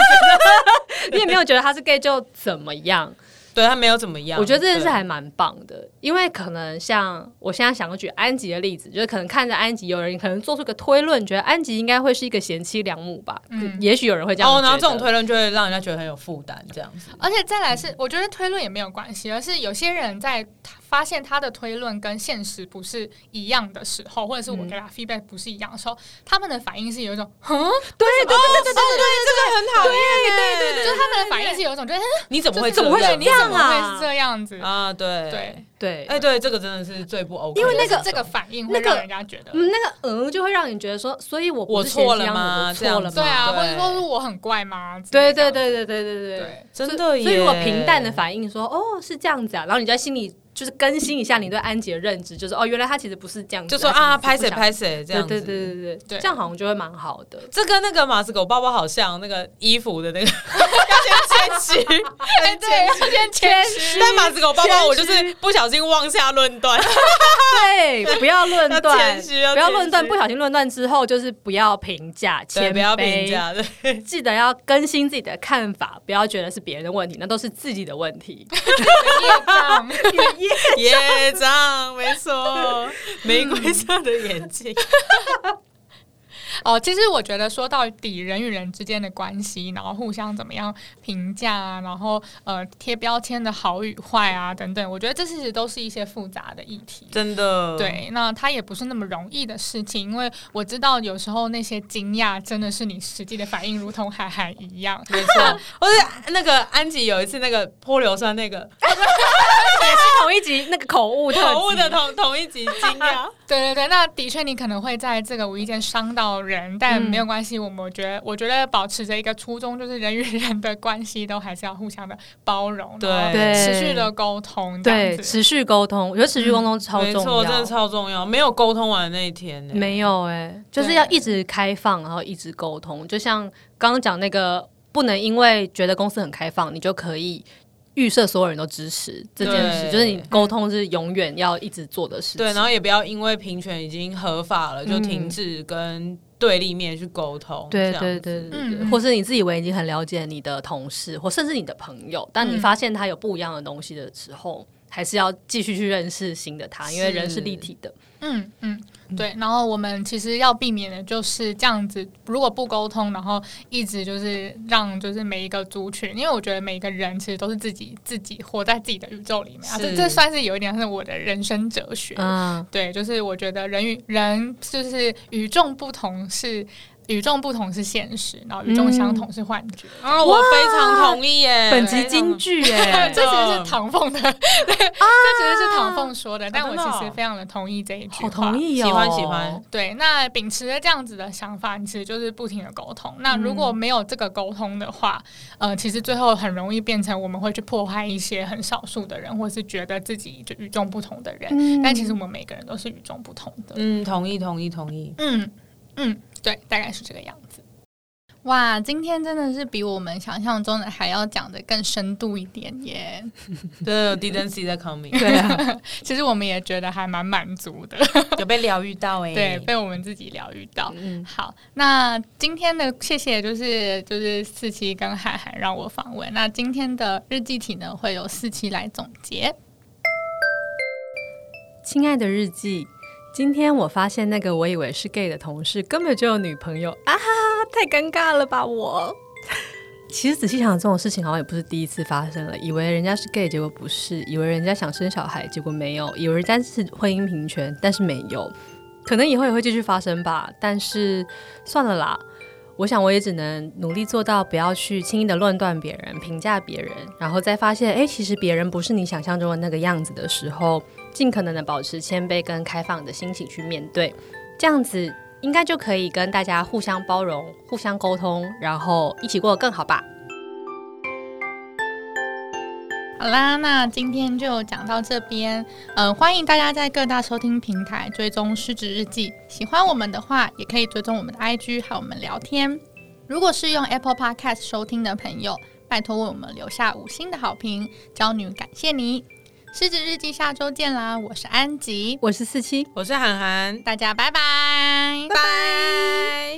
Speaker 3: 你也没有觉得他是 gay 就怎么样。
Speaker 4: 对他没有怎么样，
Speaker 3: 我觉得这件事
Speaker 4: 对
Speaker 3: 还蛮棒的，因为可能像我现在想要举安吉的例子，就是可能看着安吉，有人可能做出个推论，觉得安吉应该会是一个贤妻良母吧，
Speaker 2: 嗯
Speaker 3: 也许有人会这样
Speaker 4: 哦，然后
Speaker 3: 觉
Speaker 4: 这种
Speaker 3: 得
Speaker 4: 推论就会让人家觉得很有负担，这样子。
Speaker 2: 而且再来是，我觉得推论也没有关系，而是有些人在他发现他的推论跟现实不是一样的时候，或者是我给他 feedback 不是一样的时候，他们的反应是有一种，哼，
Speaker 3: 对对对对对对
Speaker 4: 这个很讨厌，
Speaker 2: 就
Speaker 4: 对对
Speaker 2: 是他们的反应是有一种，就是
Speaker 4: 你怎么会
Speaker 2: 这
Speaker 4: 样
Speaker 3: 会
Speaker 2: 对你怎
Speaker 3: 这样
Speaker 2: 么
Speaker 3: 啊
Speaker 2: 会是这样子？
Speaker 4: 啊？对
Speaker 2: 对，，
Speaker 3: 对，
Speaker 4: 哎，对，这个真的是最不 OK，
Speaker 3: 因为那个
Speaker 2: 就是这个反应会
Speaker 3: 那个
Speaker 2: 让人家觉得，
Speaker 3: 嗯，那个嗯就会让你觉得说，所以我不
Speaker 4: 我
Speaker 3: 是
Speaker 4: 错
Speaker 3: 贤妻
Speaker 4: 了
Speaker 3: 良母
Speaker 4: 吗
Speaker 3: 我
Speaker 4: 这样
Speaker 3: 错了
Speaker 4: 子
Speaker 2: 对啊，
Speaker 4: 对
Speaker 2: 或者说是我很怪吗？
Speaker 3: 对
Speaker 2: 之类的
Speaker 3: 对对对对对对
Speaker 2: 对，
Speaker 4: 真
Speaker 3: 所
Speaker 4: 的耶。
Speaker 3: 以所以如果平淡的反应说，哦是这样子啊，然后你在心里就是更新一下你对安吉的认知，就是哦原来他其实不是这样子，
Speaker 4: 就说
Speaker 3: 他其实
Speaker 4: 啊，拍
Speaker 3: 是不
Speaker 4: 谁
Speaker 3: 想
Speaker 4: 拍谁这
Speaker 3: 对
Speaker 4: 样子，
Speaker 3: 对对对对
Speaker 2: 对
Speaker 3: 对，这样好像就会蛮好的。
Speaker 4: 这跟那个马斯狗包包好像，那个衣服的那个 要 先谦虚，
Speaker 2: 哎，对，要先谦虚，
Speaker 4: 但马斯狗包包我就是不小心妄下论断，
Speaker 3: 对，不要论
Speaker 4: 要
Speaker 3: 断，
Speaker 4: 谦虚要
Speaker 3: 不要
Speaker 4: 谦
Speaker 3: 论断，
Speaker 4: 虚
Speaker 3: 不小心论断之后就是不要评价，
Speaker 4: 对，
Speaker 3: 谦
Speaker 4: 不要
Speaker 3: 卑
Speaker 4: 评，价，对，
Speaker 3: 记得要更新自己的看法，不要觉得是别人的问题，那都是自己的问题。
Speaker 2: 业障。
Speaker 4: 业障，没 错，玫瑰色的眼睛，
Speaker 2: 哦，其实我觉得说到底，人与人之间的关系，然后互相怎么样评价啊，然后呃贴标签的好与坏啊等等，我觉得这其实都是一些复杂的议题。
Speaker 4: 真的，
Speaker 2: 对，那它也不是那么容易的事情，因为我知道有时候那些惊讶真的是你实际的反应，如同海涵一样，
Speaker 4: 没错，或是那个安吉有一次那个泼硫酸那个
Speaker 3: 哎也是同一集那个口误特辑，
Speaker 4: 口误的同同一集 惊讶，
Speaker 2: 对对对，那的确你可能会在这个无意间伤到人，但
Speaker 3: 嗯
Speaker 2: 没有关系。我们觉得，我觉得保持着一个初衷，就是人与人的关系都还是要互相的包容，
Speaker 4: 对
Speaker 2: 然后
Speaker 3: 对
Speaker 2: 持续的沟通，这
Speaker 3: 对
Speaker 2: 样子。
Speaker 3: 持续沟通，我觉得持续沟通超
Speaker 4: 嗯没
Speaker 3: 重
Speaker 4: 错，真
Speaker 3: 要
Speaker 4: 的。超重要，没有沟通完的那一天呢，
Speaker 3: 没有哎、就是
Speaker 2: 对
Speaker 3: 要一直开放，然后一直沟通。就像刚刚讲那个，不能因为觉得公司很开放，你就可以预设所有人都支持这件事，
Speaker 4: 对
Speaker 3: 就是你沟通是永远要一直做的事情。
Speaker 4: 对，然后也不要因为平权已经合法了就停止跟对立面去沟通。
Speaker 3: 嗯对
Speaker 4: 这样
Speaker 3: 对
Speaker 4: 子
Speaker 3: 对对对，
Speaker 2: 嗯
Speaker 3: 或是你自以为已经很了解你的同事，或甚至你的朋友，当你发现他有不一样的东西的时候，还是要继续去认识新的他，因为人是立体的。
Speaker 2: 嗯嗯，对。然后我们其实要避免的就是这样子，如果不沟通，然后一直就是让就是每一个族群，因为我觉得每一个人其实都是自己自己活在自己的宇宙里面啊，这
Speaker 4: 是
Speaker 2: 这算是有一点是我的人生哲学。
Speaker 3: 嗯，
Speaker 2: 对，就是我觉得人与人就是与众不同是。与众不同是现实，然后与众相同是幻觉。，
Speaker 4: 啊，我非常同意耶！
Speaker 3: 本集
Speaker 4: 非常
Speaker 3: 金句哎
Speaker 2: 这其
Speaker 4: 嗯
Speaker 2: 实是唐凤的，对，这其实是唐凤说的，但我
Speaker 4: 真的哦
Speaker 2: 其实非常的同意这一句
Speaker 3: 好
Speaker 2: 话。
Speaker 3: 同意哦，
Speaker 4: 喜欢喜欢。
Speaker 2: 对，那秉持着这样子的想法，你其实就是不停的沟通。那如果没有这个沟通的话，呃，其实最后很容易变成我们会去破坏一些很少数的人，或是觉得自己就与众不同的人。但其实我们每个人都是与众不同的。
Speaker 4: 嗯，同意同意同意。
Speaker 2: 嗯嗯，对，大概是这个样子。哇，今天真的是比我们想象中的还要讲的更深度一点耶！
Speaker 4: 对我，didn't see that coming，
Speaker 3: 对啊，
Speaker 2: 其实我们也觉得还蛮满足的，
Speaker 4: 有被疗愈到哎。
Speaker 2: 对，被我们自己疗愈到。
Speaker 3: 嗯，
Speaker 2: 好，那今天的谢谢就是就是四期跟海涵让我访问。那今天的日记体呢，会由四期来总结。
Speaker 3: 亲爱的日记。今天我发现那个我以为是 gay 的同事根本就有女朋友啊！太尴尬了吧我。其实仔细想，这种事情好像也不是第一次发生了。以为人家是 gay，结果不是；以为人家想生小孩，结果没有；以为人家是婚姻平权，但是没有。可能以后也会继续发生吧，但是算了啦。我想我也只能努力做到，不要去轻易的论断别人、评价别人，然后再发现，哎，其实别人不是你想象中的那个样子的时候，尽可能的保持谦卑跟开放的心情去面对，这样子应该就可以跟大家互相包容、互相沟通，然后一起过得更好吧。
Speaker 2: 好啦，那今天就讲到这边。呃，欢迎大家在各大收听平台追踪《失职日记》，喜欢我们的话，也可以追踪我们的 IG 和我们聊天。如果是用 Apple Podcast 收听的朋友，拜托为我们留下五星的好评，娇女感谢你。《失职日记》下周见啦！我是安吉，
Speaker 3: 我是四七，
Speaker 4: 我是涵涵，
Speaker 2: 大家拜拜，拜拜。